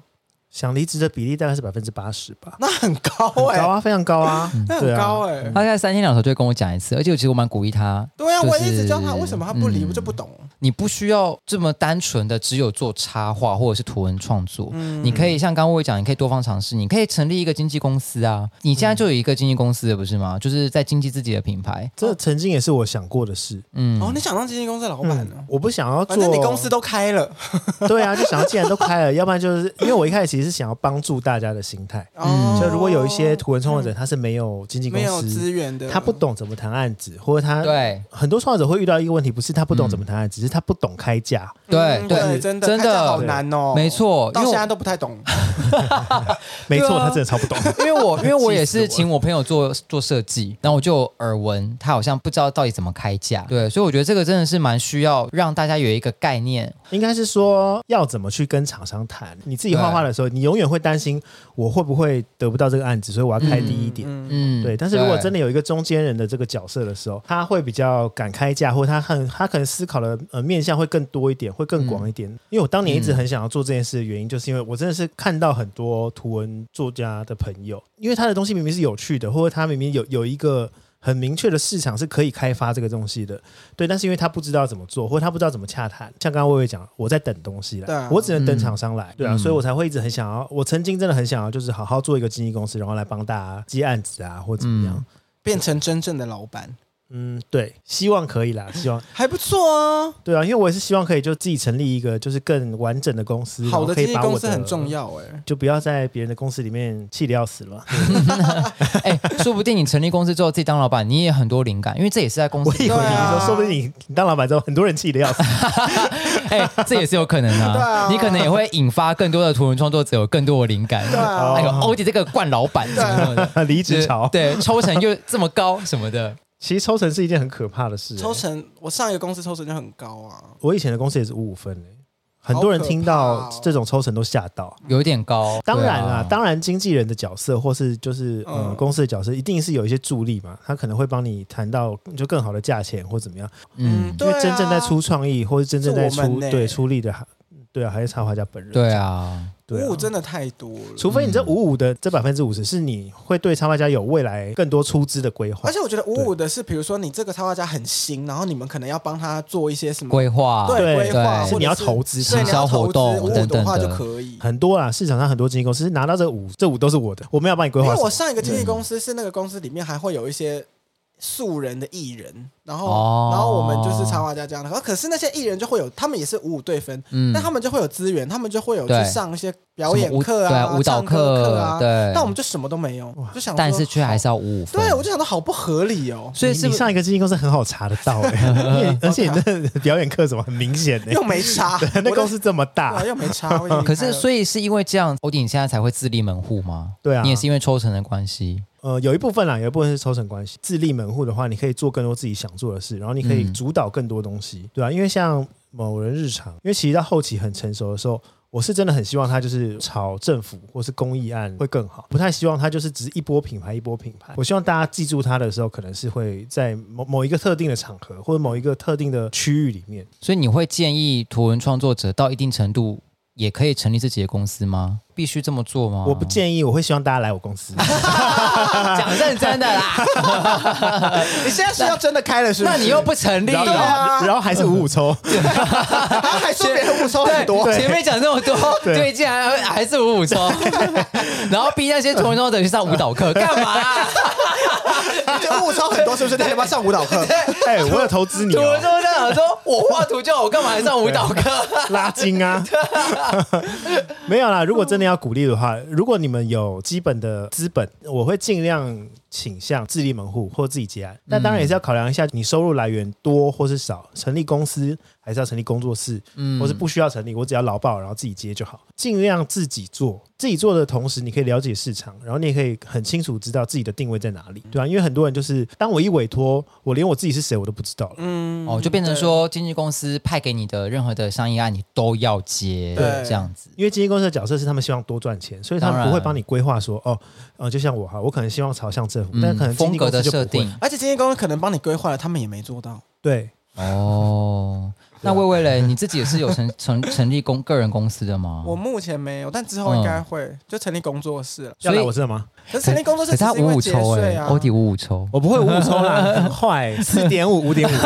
S2: 想离职的比例大概是百分之八十吧，
S3: 那很高
S2: 很
S3: 哎、
S2: 高啊，非常高啊，
S3: [LAUGHS] 那
S2: 对
S3: 很
S2: 啊
S3: 高哎、
S1: 他大概三天两头就会跟我讲一次，而且我其实我蛮鼓励他。
S3: 对啊，
S1: 就
S3: 我也一直
S1: 是
S3: 教他，为什么他不理，
S1: 嗯
S3: 我就不懂。
S1: 你不需要这么单纯的只有做插画或者是图文创作，
S2: 嗯
S1: 你可以像刚刚我讲，你可以多方尝试，你可以成立一个经纪公司啊。你现在就有一个经纪公司了，不是吗？就是在经纪自己的品牌。
S2: 这曾经也是我想过的事。
S1: 嗯，
S3: 哦，你想当经纪公司的老板呢、
S2: 嗯，我不想要做，
S3: 反正你公司都开了，
S2: [LAUGHS] 对啊，就想要既然都开了，要不然就是因为我一开始其实是想要帮助大家的心态，
S1: 嗯
S3: 哦嗯
S2: 就如果有一些图文创作者他是没有经纪公
S3: 没有
S2: 司，
S3: 资源的，嗯
S2: 他不懂怎么谈案子，或者他
S1: 对
S2: 很多创作者会遇到一个问题，不是他不懂怎么谈案子，只是他不懂开价。
S1: 对
S3: 嗯
S1: 对，
S3: 真的
S1: 真
S3: 开价好
S1: 的，
S3: 难哦，
S1: 没错，因
S3: 到
S1: 为
S3: 现
S1: 我
S3: 在都不太懂。
S2: 没错，
S1: 对啊
S2: 他真的超
S3: [LAUGHS]
S2: 不懂。
S1: [LAUGHS] 因为我因为我也
S2: 气死
S1: 是
S2: 我了
S1: 请我朋友做做设计，然后我就有耳闻他好像不知道到底怎么开价，对，所以我觉得这个真的是蛮需要让大家有一个概念，
S2: 应该是说要怎么去跟厂商谈。你自己画画的时候，你永远会担心我会不会得不到这个案子，所以我要开低一点。
S3: 嗯，
S1: 嗯，
S2: 对，但是如果真
S1: 的
S2: 的有一个中间人的这个角色的时候，他会比较敢开价，或他很他可能思考的呃面向会更多一点，会更广一点。因为我当年一直很想要做这件事的原因，就是因为我真的是看到很多图文作家的朋友，因为他的东西明明是有趣的，或者他明明有有一个。很明确的市场是可以开发这个东西的，对，但是因为他不知道怎么做，或者他不知道怎么洽谈，像刚刚薇薇讲，我在等东西
S3: 对
S2: 来
S3: 啊，
S2: 我只能等
S1: 嗯
S2: 厂商来，对啊，
S1: 嗯
S2: 所以我才会一直很想要，我曾经真的很想要，就是好好做一个经纪公司，然后来帮大家接案子啊，或怎么样，
S3: 变成真正的老板
S2: 嗯对，希望可以啦，希望
S3: 还不错啊，
S2: 对啊，因为我也是希望可以就自己成立一个就是更完整的公司，
S3: 好
S2: 然后
S3: 的
S2: 可
S3: 经
S2: 以
S3: 纪
S2: 把我
S3: 公
S2: 的
S3: 司很重，要哎、
S1: 啊
S2: 就不要在别人的公司里面气得要死了嘛。
S1: 哎、说不定你成立公司之后自己当老板，你也很多灵感，因为这也是在公
S2: 我
S1: 司，
S2: 以为你
S3: 对啊
S2: 说，说不定你你当老板之后，很多人气得
S3: [LAUGHS]
S2: 要死，
S1: 哎、这也是有可能的、
S3: 对啊
S1: 你可能也会引发更多的图文创作者有更多的灵感，
S3: 对啊
S1: 哎呦，欧弟这个惯老板什么
S2: [LAUGHS]
S1: 的。
S2: 离职潮。
S1: 对，抽成又这么高什么的，
S2: 其实抽成是一件很可怕的事、欸
S3: 抽成，我上一个公司抽成就很高啊，
S2: 我以前的公司也是五五分、欸、很多人
S3: 好可怕
S2: 听到
S3: 哦
S2: 这种抽成都吓到。
S1: 有点
S3: [LAUGHS]
S1: 高。
S2: 当然
S1: 对
S2: 啦，
S1: 啊
S2: 当然经纪人的角色或是就是呃、
S3: 嗯
S2: 公司的角色，一定是有一些助力嘛，他可能会帮你谈到就更好的价钱或怎么样。
S1: 嗯，
S3: 对啊
S2: 因为真正在出创意或者真正在
S3: 是我
S2: 出
S3: 们欸
S2: 对出力的还，对啊，还是插画家本人。
S1: 对啊，
S2: 对啊
S3: 五五真的嗯太多了。
S2: 除非你这五五的这百分之五十是你会对插画家有未来更多出资的规划
S3: 而，且我觉得五五的是，比如说你这个插画家很新，然后你们可能要帮他做一些什么
S1: 规划
S2: 对
S3: 对规划，
S1: 对
S3: 或者
S2: 是你要投资
S3: 对
S1: 行
S3: 你要
S1: 销活
S3: 投资
S1: 动
S3: 五五
S1: 等
S3: 的
S1: 等
S3: 话就
S1: 的
S3: 可以。
S2: 很多啦，市场上很多经纪公司是拿到这五，这五都是我的，我们要帮你规
S3: 因
S2: 划
S3: 为
S2: 什么。
S3: 我上一个经纪公司是那个公司里面还会有一些素人的艺人，然后、
S1: 哦
S3: 然后我们就是插画家这样的，可是那些艺人就会有，他们也是五五对分，
S1: 嗯
S3: 但他们就会有资源，他们就会有去
S1: 对
S3: 上一些表演
S1: 什么舞
S3: 课啊、
S1: 对舞蹈
S3: 唱歌课啊，
S1: 对，
S3: 但我们就什么都没有，就想说，
S1: 哎但是却还是要五五分，
S3: 对我就想到好不合理哦，
S1: [LAUGHS] 所以
S2: 你
S1: 是
S2: 你
S1: 不是
S2: 上一个经纪公司很好查得到、欸，因
S3: [LAUGHS]
S2: 为而且你的表演课什么很明显呢、，
S3: 又没差
S2: [LAUGHS] 那公司这么
S3: 我的对
S2: 大
S3: 啊，又没差，我已经
S1: [LAUGHS] 可
S3: 开
S1: 是，
S3: 了
S1: 所以是因为这样，欧弟你现在才会自立门户吗？
S2: 对啊
S1: 你也是因为抽成的关系。
S2: 呃，有一部分啦，有一部分是抽成关系。自立门户的话，你可以做更多自己想做的事，然后你可以
S1: 嗯
S2: 主导更多东西，对啊，因为像某人日常，因为其实到后期很成熟的时候。我是真的很希望他就是朝政府或是公益案会更好，不太希望他就是只是一波品牌一波品牌。我希望大家记住他的时候，可能是会在某某一个特定的场合或者某一个特定的区域里面。
S1: 所以你会建议图文创作者到一定程度也可以成立自己的公司吗？必须这么做
S3: 哦
S1: 吗？
S2: 我不建议，我会希望大家来我公司。
S1: 讲认真的
S2: [LAUGHS]
S1: 啦，
S3: 你现在是要真的开了是不
S1: 那
S3: 是？
S1: 你又不成立，
S2: 然后，
S3: [LAUGHS] 对啊
S2: 然后还是五五
S3: [LAUGHS]
S2: 抽，
S3: 然后啊还说别人误收很多，
S1: 啊前面讲那么多，
S2: [LAUGHS] 对
S1: 对，竟然还是五五
S2: [LAUGHS]
S1: 抽，然后逼那些图文创作者去上舞蹈课，干嘛啊？
S3: 你就误收很多是不是？那你要不要上舞蹈课？
S2: 哎、我有投资你、
S1: 图文
S2: 哦，
S1: 创作者说，我画图就好，我干嘛还上舞蹈
S2: [LAUGHS]
S1: 课？
S2: 拉筋啊， [LAUGHS] 没有啦。如果真的要鼓励的话，如果你们有基本的资本，我会尽量倾向自立门户或自己结案。那当然也是要考量一下你收入来源多或是少，成立公司还是要成立工作室，
S1: 嗯
S2: 或是不需要成立，我只要劳保然后自己接就好，尽量自己做。自己做的同时，你可以了解市场，然后你也可以很清楚知道自己的定位在哪里，对啊，因为很多人就是，当我一委托，我连我自己是谁我都不知道了。
S3: 嗯
S1: 哦，就变成说经纪公司派给你的任何的商业案，你都要接，
S3: 对
S1: 这样子。
S2: 因为经纪公司的角色是他们希望多赚钱，所以他
S1: 当
S2: 们
S1: 然
S2: 不会帮你规划说哦，呃，就像我哈，我可能希望朝向政府，但可能经
S1: 嗯风
S2: 纪
S1: 格
S2: 公
S1: 的
S2: 司就不
S1: 设
S2: 会
S1: 定
S3: 而且经纪公司可能帮你规划了，他们也没做到。
S2: 对。
S1: 哦。那薇薇嘞，你自己也是有成成成立公个人公司的吗？
S3: 我目前没有，但之后应该会就成立工作室了。
S2: 要来
S1: 所以
S2: 我这吗？
S3: 可是成立工作
S1: 嗯可
S3: 室
S1: 是
S3: 只
S1: 他
S3: 是因
S1: 五
S3: 为
S1: 五
S3: 节
S1: 抽哎、欸，
S3: 税啊，
S1: 欧迪五五抽。
S2: 我不会五五抽啦，很坏， [LAUGHS] 四点五、五
S1: [LAUGHS]
S2: 点五，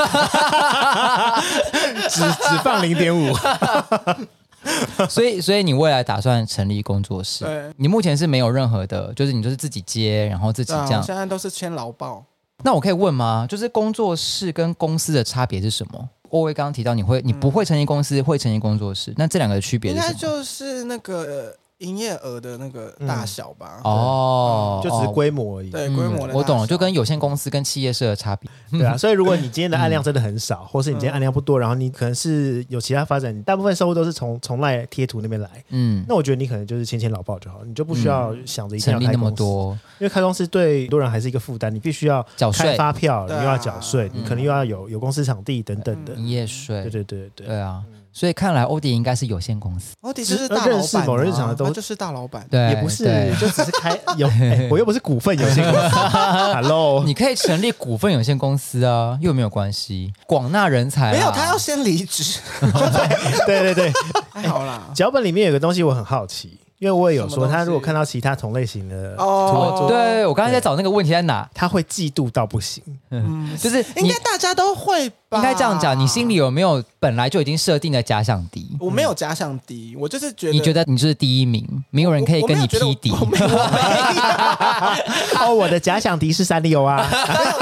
S2: 只只放零点五。
S1: 哦所以，所以你未来打算成立工作室？
S3: 对
S1: 你目前是没有任何的，就是你就是自己接，然后自己
S3: 对啊，
S1: 这样
S3: 我。现在都是签劳保。
S1: 那我可以问吗？就是工作室跟公司的差别是什么？欧威刚刚提到你会，你不会成立公司，会成立工作室，那这两个的区别
S3: 应
S1: 是什
S3: 该
S1: 么？嗯
S3: 就是那个呃营业额的那个大小吧。
S1: 哦，
S2: 嗯就只是
S1: 哦
S2: 规模而已。
S3: 对
S1: 嗯
S3: 规模的大小，
S1: 我懂了，就跟有限公司跟企业社的差别。
S2: 对啊，所以如果你今天的
S1: 嗯
S2: 案量真的很少，或是你今天案量不多，然后你可能是有其他发展，你大部分收入都是从从赖贴图那边来。
S1: 嗯，
S2: 那我觉得你可能就是签签老报就好，你就不需要想着一定要
S1: 成立
S2: 开
S1: 那么
S2: 公司，
S1: 多，
S2: 因为开公司对很多人还是一个负担，你必须要
S1: 缴
S2: 开
S1: 哦税、
S2: 发票，你
S3: 对
S2: 又
S3: 啊
S2: 要缴税，你可能又要有有公司场地等等的。
S1: 营业
S2: 对
S3: 嗯
S1: 税，
S2: 对对对
S1: 嗯对啊。所以看来欧迪应该是有限公司，
S3: 我的确
S2: 只
S3: 是大老板、
S2: 认识
S3: 啊，
S2: 某人日常的都
S3: 他就是大老板。
S1: 对，
S2: 也不是
S3: [LAUGHS]
S1: 对，
S2: 就只是开
S1: [LAUGHS]
S2: 有、哎我又不是股份有限公司，Hello，
S1: 你可以成立股份有限公司啊，又没有关系，广纳人才啊。
S3: 没有，他要先离职，
S2: 对对对，
S3: 还好啦。
S2: 脚本里面有个东西我很好奇，因为我也有
S3: 什么
S2: 说，
S3: 东西
S2: 他如果看到其他同类型的图案
S3: 哦
S2: 做，
S1: 对我刚才在找那个问题在哪，
S2: 他会嫉妒到不行。 [LAUGHS]
S1: 就是
S3: 嗯 [LAUGHS] 应
S1: 你
S3: 该大家都会吧？
S1: 应该这样讲，你心里有没有本来就已经设定的假想敌？
S3: 我没有假想敌，我就是觉得
S1: 你觉得你就是第一名，没有人可以跟你匹敌。
S3: 我没有觉得我我没有，我没有
S2: 哦，我的假想敌是三丽鸥
S3: [LAUGHS]
S2: 啊，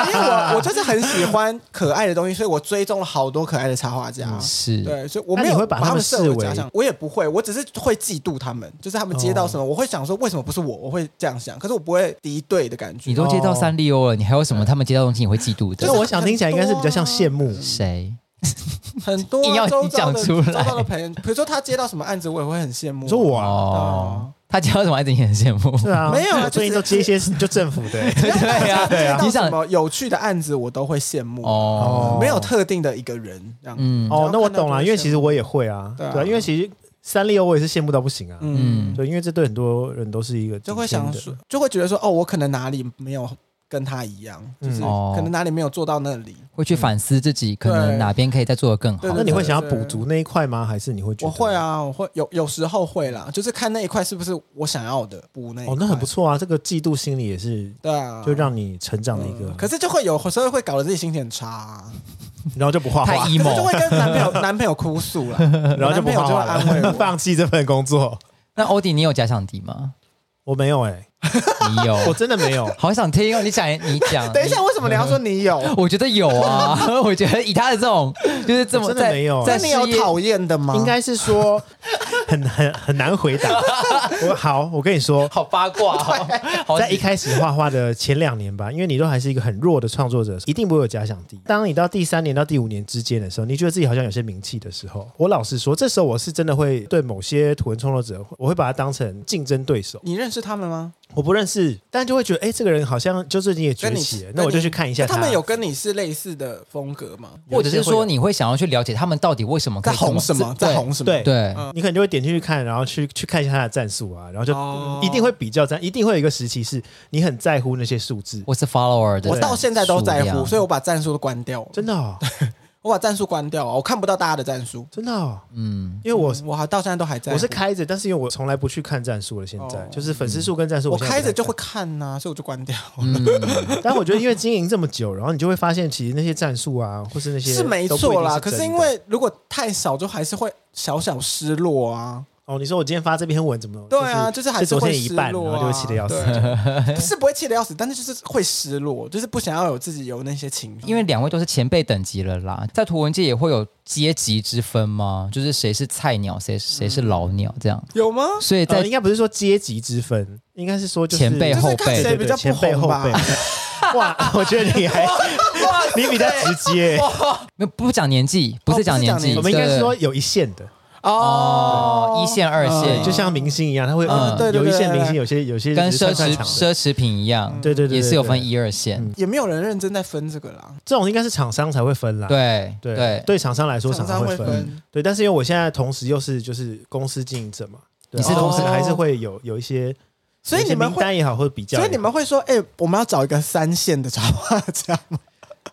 S3: 因为我我就是很喜欢可爱的东西，所以我追踪了好多可爱的插画家。
S1: [LAUGHS] 嗯是，
S3: 对，所以我没有
S2: 那你会把他
S3: 他
S2: 们
S3: 们
S2: 视
S3: 设为
S2: 为哦
S3: 假想，我也不会，我只是会嫉妒他们，就是他们接到什么，我会想说为什么不是我，我会这样想，可是我不会敌对的感觉。
S1: 你都接到三丽鸥了，你还有什么他们接到东西你会嫉妒
S2: 那
S1: 的？
S2: 我想听起来应该是比较像羡慕。
S1: 谁？
S3: 很多
S1: 硬要
S3: 啊
S1: 你
S3: 周遭的
S1: 讲出来
S3: 周遭的朋友，比如说他接到什么案子，我也会很羡慕。
S2: 你说我啊，
S1: 哦，他接到什么案子你很羡慕？ [LAUGHS]
S2: 是啊，
S3: 没有啊
S2: 我最近都接一些 [LAUGHS] 就政府的、欸
S1: 对啊，
S3: 接
S1: 你
S3: 到
S1: 想
S3: 什么有趣的案子，我都会羡慕。
S1: [LAUGHS] 哦，
S3: 没有特定的一个人这样。
S1: 嗯
S2: 哦，那我懂了，因为其实
S3: 实
S2: 我也会啊，对
S3: 对啊
S2: 啊，因为其实三丽鸥我也是羡慕到不行啊，
S3: 嗯，
S1: 嗯，
S2: 对，因为这对很多人都是一个
S3: 就会想
S2: 顶尖
S3: 说，就会觉得说，哦，我可能哪里没有跟他一样，就是
S2: 嗯
S1: 哦
S3: 可能哪里没有做到那里。
S1: 会去反思自己，可能
S3: 嗯对
S1: 哪边可以再做得更好
S3: 对。
S2: 的。那你会想要补足那一块吗？还是你会觉得
S3: 我会？啊，我会有有时候会啦，就是看那一块是不是我想要的补那一块
S2: 哦，那很不错啊，这个嫉妒心理也是
S3: 对啊，嗯
S2: 就让你成长的一个，
S3: 可是就会有时候会搞得自己心情很差啊、
S2: 然后就不画
S1: 太
S2: 画，
S3: 可是就
S1: emo。
S3: 会跟男朋友男朋友哭诉啦，
S2: [LAUGHS] 然后就
S3: 我男
S2: 不
S3: 朋友
S2: 画
S3: 就会
S2: 画
S3: 安慰
S2: 了，
S3: 我。
S2: 放弃这份工作。
S1: 那欧迪，你有假想敌
S3: [LAUGHS]
S1: 吗？
S2: 我没有哎，
S1: 你有，。
S2: 我真的没有
S3: 啊
S1: 好想听哦！你讲，你讲。
S3: [LAUGHS] 等一下，
S1: 你
S3: 为什么你要说你 [LAUGHS] 有？
S1: 我觉得有啊， [LAUGHS] 我觉得以他的这种，就是这
S2: 我
S1: 么
S2: 真的
S1: 在
S2: 没有
S1: 在
S3: 那
S1: 事
S3: 你
S1: 业
S3: 有讨厌的吗？
S2: 应该是说很很很难回答。我好，我跟你说，
S1: 好八卦
S3: [LAUGHS]
S1: 哦，好
S2: 在一开始画画的前两年吧，因为你都还是一个很弱的创作者，一定不会有假想敌。当你到第三年到第五年之间的时候，你觉得自己好像有些名气的时候，我老实说，这时候我是真的会对某些图文创作者，我会把他当成竞争对手。
S3: 你认识他们吗？
S2: 我不认识，但就会觉得，哎、这个人好像就最近也崛
S3: 跟你
S2: 起了，
S3: 跟
S2: 那我就
S3: 你
S2: 去看一下
S3: 他们有跟你是类似的风格吗？
S1: 或者是说你会想要去了解他们到底为什么可
S3: 在
S1: 以这
S3: 红什么？
S1: 对
S3: 在红什么？
S2: 对
S1: 对，
S3: 嗯
S2: 你可能啊就会点进去看，然后去去看一下他的战术啊，然后就
S3: 哦
S2: 一定会比较战，一定会有一个时期是你很在乎那些数字，
S1: 我是 follower 的，
S3: 我到现在都在乎，所
S1: 以
S3: 以我把战术都关掉了。
S2: 真的、哦，
S3: 我把战术关掉了，我看不到大家的战术。
S2: 真的、哦，
S1: 嗯，
S2: 因为我、
S3: 我还到现在都还在乎。
S2: 我是开着，但是因为我从来不去看战术了，现在、
S3: 哦
S2: 就是粉丝数跟战术
S3: 我
S2: 现在不
S3: 开着
S2: 太
S3: 就会看呐、 [LAUGHS] 所以我就关掉了。
S1: 嗯
S2: 看，但我觉得因为经营这么久，然后你就会发现，其实那些战术啊，或是那些
S3: [LAUGHS] 是没错啦，
S2: 都不
S3: 可
S2: 一定真的
S3: 是因为如果太少，就还是会小小失落 [LAUGHS] 啊。
S2: 哦，你说我今天发这篇文怎么了？
S3: 对啊，
S2: 就
S3: 就是还
S2: 是昨
S3: 会
S2: 天一
S3: 失
S2: 半，然
S3: 落、啊，啊
S2: 后就会气得要死。
S3: 对不是不会气得要死，但是就是会失落，就是不想要有自己有那些情绪。
S1: 因
S3: 为
S1: 为两位都是前辈等级了啦，在图文界也会有阶级之分吗？就是谁是菜鸟，谁谁是老鸟这样，
S3: 有吗？
S1: 所
S2: [LAUGHS]
S1: 以
S2: 呃，
S1: 在
S2: 应该不是说阶级之分，应该是说就是
S1: 前辈
S3: 就
S1: 后
S3: 是看
S1: 辈
S3: 谁比较不
S2: 前辈
S3: 红
S2: 后
S3: 吧
S2: 辈。。哇， [LAUGHS] 我觉得你还你比较直接，
S1: 没有不讲年纪，不是讲年纪，
S3: 哦
S2: 我
S3: 不
S2: 们
S1: 对
S2: 应该是说有一线的，
S1: 哦，一线、二线，
S3: 嗯
S2: 就像明星一样，他会
S1: 嗯
S2: 呃
S3: 对对
S2: 有一
S3: 对
S2: 线
S3: 对
S2: 明星，有些有些
S1: 跟
S2: 只是
S1: 奢
S2: 串串
S1: 侈
S2: 场的
S1: 奢侈品一样，
S2: 对对对对
S1: 也是有分
S2: 对嗯
S1: 一二线，
S3: 也没有人认真在分这个啦。
S2: 这种应该是厂商才会分啦。
S1: 对
S2: 对
S1: 对，
S2: 对，厂商来说
S3: 厂
S2: 商
S3: 商
S2: 会
S3: 会
S2: 分，
S3: 分，
S2: 对，但是因为我现在同时又是就是公司经营者嘛，对
S1: 你是
S2: 同时
S3: 哦
S2: 还是会有有一些，
S3: 所以
S2: 有一些
S3: 你们
S2: 名
S3: 会，
S2: 单也好，或者比较也
S3: 所
S2: 好，
S3: 以你们会说，哎，我们要找一个三线的插画家吗？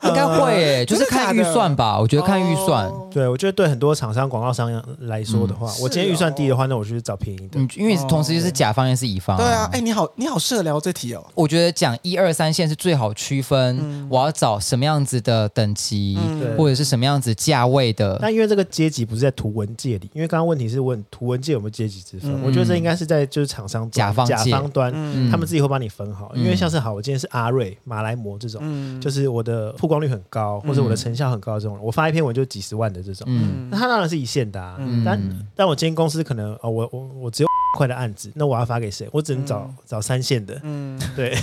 S1: 应该会耶，就是看预算吧，我觉得看预算。
S3: 哦
S2: 对，我觉得对很多厂商、广告商来说的话，
S3: 嗯
S2: 我今天预算低的话，那我就去找便宜的。
S1: 嗯，因为同时是甲方也是乙方、
S3: [LAUGHS] 对啊，哎、你好，你好适合聊这题哦。
S1: 我觉得讲一二三线是最好区分，我要找什么样子的等级，
S3: 嗯
S2: 对
S1: 或者是什么样子价位的。
S2: 但因为这个阶级不是在图文界里，因为刚刚问题是问图文界有没有阶级之分，
S3: 嗯
S2: 我觉得这应该是在就是厂商端
S1: 甲方界
S2: 甲方端，
S3: 嗯
S2: 他们自己会帮你分好。
S1: 嗯
S2: 因为像是好，我今天是阿瑞、马来模这种，
S3: 嗯，
S2: 就是我的曝光率很高，或者我的成效很高的这种人，我发一篇文就几十万的这种，
S1: 嗯
S2: 那他当然是一线的啊。
S3: 嗯
S2: 但但我今天公司可能哦，我我我只有块的案子，那我要发给谁？我只能找、找三线的，
S1: [LAUGHS]
S3: 嗯，
S2: 对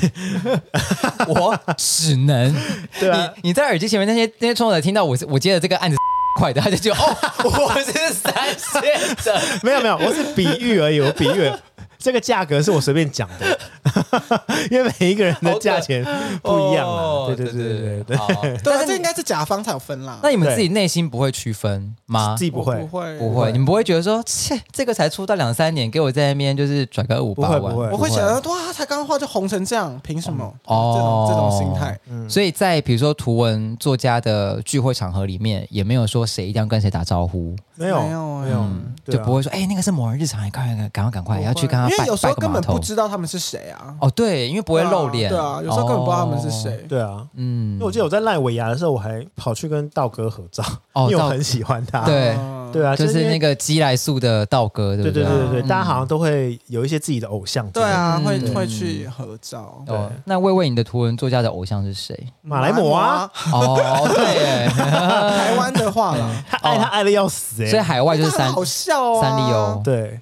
S1: 我只能
S2: 对啊。
S1: 你你在耳机前面那些那些窗口听到我是我接的这个案子快的，他就觉
S2: [LAUGHS]
S1: 得哦，我是三线的。
S2: 没有没有，我是比喻而已，我比喻而已。这个价格是我随便讲的，因为每一个人的价钱不一样啊。
S1: 哦
S2: 对对对对对，
S1: 好
S3: 对啊，这应该是甲方才有分啦。
S1: [LAUGHS] 那你们自己内心不会区分吗
S2: 自？己不
S3: 我
S2: 会
S3: 不，会，
S1: 不会，你们不会觉得说，切，这个才出道两三年，给我在那边就是转个五
S2: 不会
S1: 八万，
S2: 不会
S3: 我会想到，哇，他刚画就红成这样，凭什么？
S1: 哦
S3: 这种这种心态，
S1: 所以在比如说图文作家的聚会场合里面，也没有说谁一定要跟谁打招呼，
S2: 没有
S3: 没有
S2: 没有
S1: 嗯，
S2: 对
S1: 就
S2: 啊
S1: 不会说哎、那个是某人日常，你快快赶快赶快
S3: 不会
S1: 要去跟他
S3: 因
S1: 拜
S3: 为有时候
S1: 拜个
S3: 根
S1: 码
S3: 本不
S1: 头。
S3: 知道他们是谁啊，
S1: 哦，对，因为不会露脸，
S3: 对啊，有时候根本不知道他们是
S1: 哦。
S3: 谁。
S2: 对啊。
S1: 嗯
S2: 因为我记得我在赖尾牙的时候，我还跑去跟道哥合照，
S1: 哦
S2: 因为
S1: 道哥
S2: 我很喜欢他。
S1: 对
S3: 嗯
S2: 对啊，
S1: 就
S2: 因
S1: 是
S2: 为
S1: 那个基来素的道哥，对不啊对
S2: 对对对对对，
S3: 嗯
S2: 大家好像都会有一些自己的偶像。
S3: 对，啊，
S1: 嗯
S3: 会
S1: 对
S3: 会去合照。
S1: 哦，那魏魏，你的图文作家的偶像是谁？
S3: [LAUGHS]
S2: 马来模啊，呃
S1: 哦，对
S3: 台湾的话
S1: [LAUGHS]
S3: 啦，
S2: 他爱他爱的要死
S1: 哦耶，所以
S2: 哎。
S1: 海外就是三
S3: 好笑啊，
S1: 三丽鸥，
S2: 对，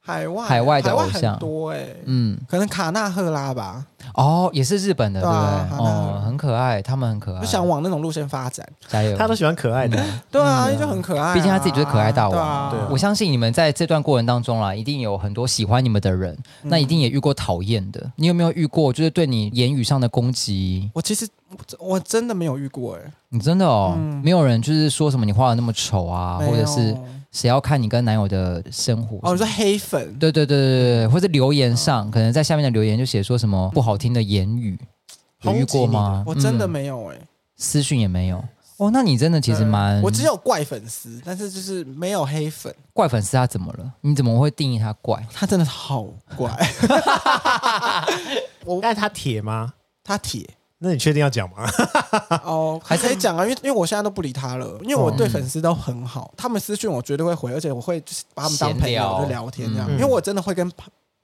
S3: 海外
S1: 海外的偶
S3: 海
S1: 像
S3: 外很多哎，
S1: 嗯，
S3: 可能卡纳赫拉吧，
S1: 哦，也是日本的，对
S3: 对
S1: 不
S3: 啊
S1: 对？
S3: 好那
S1: 哦，很可爱，他们很可爱，
S3: 就想往那种路线发展。
S1: 加油，
S2: 他都喜欢可爱的。
S3: 对啊，因为就很可爱
S1: 嗯
S3: 啊，
S1: 毕竟他自己就是可爱大王。
S3: 对啊
S1: 我相信你们在这段过程当中啊啦，一定有很多喜欢你们的人，
S3: 嗯
S1: 那一定也遇过讨厌的。你有没有遇过就是对你言语上的攻击？
S3: 我其实我真的没有遇过哎，
S1: 你真的哦，
S3: 嗯
S1: 没有人就是说什么你画的那么丑啊，
S3: 没有
S1: 或者是谁要看你跟男友的生活？
S3: 哦，你说嗯黑粉，
S1: 对对对对对对，或者留言上，可能在下面的留言就写说什么不好听的言语，有遇过吗？
S3: 我真的
S1: 嗯
S3: 没有哎。
S1: 私讯也没有。哦，那你真的其实
S3: 对
S1: 蛮……
S3: 呃我只有怪粉丝，但是就是没有黑粉。
S1: 怪粉丝他怎么了？你怎么会定义他怪？
S3: 他真的好怪，
S2: 但是他铁吗？
S3: [LAUGHS] 他铁
S2: 那你确定要讲吗？
S3: 哦，还可以讲啊，因为因为我现在都不理他了，因为我
S2: 哦
S3: 对粉丝都很好，他们私讯我绝对会回，而且我会就是把他们当朋
S1: 闲聊
S3: 友就聊天这样，
S2: 嗯
S3: 因为我真的会跟。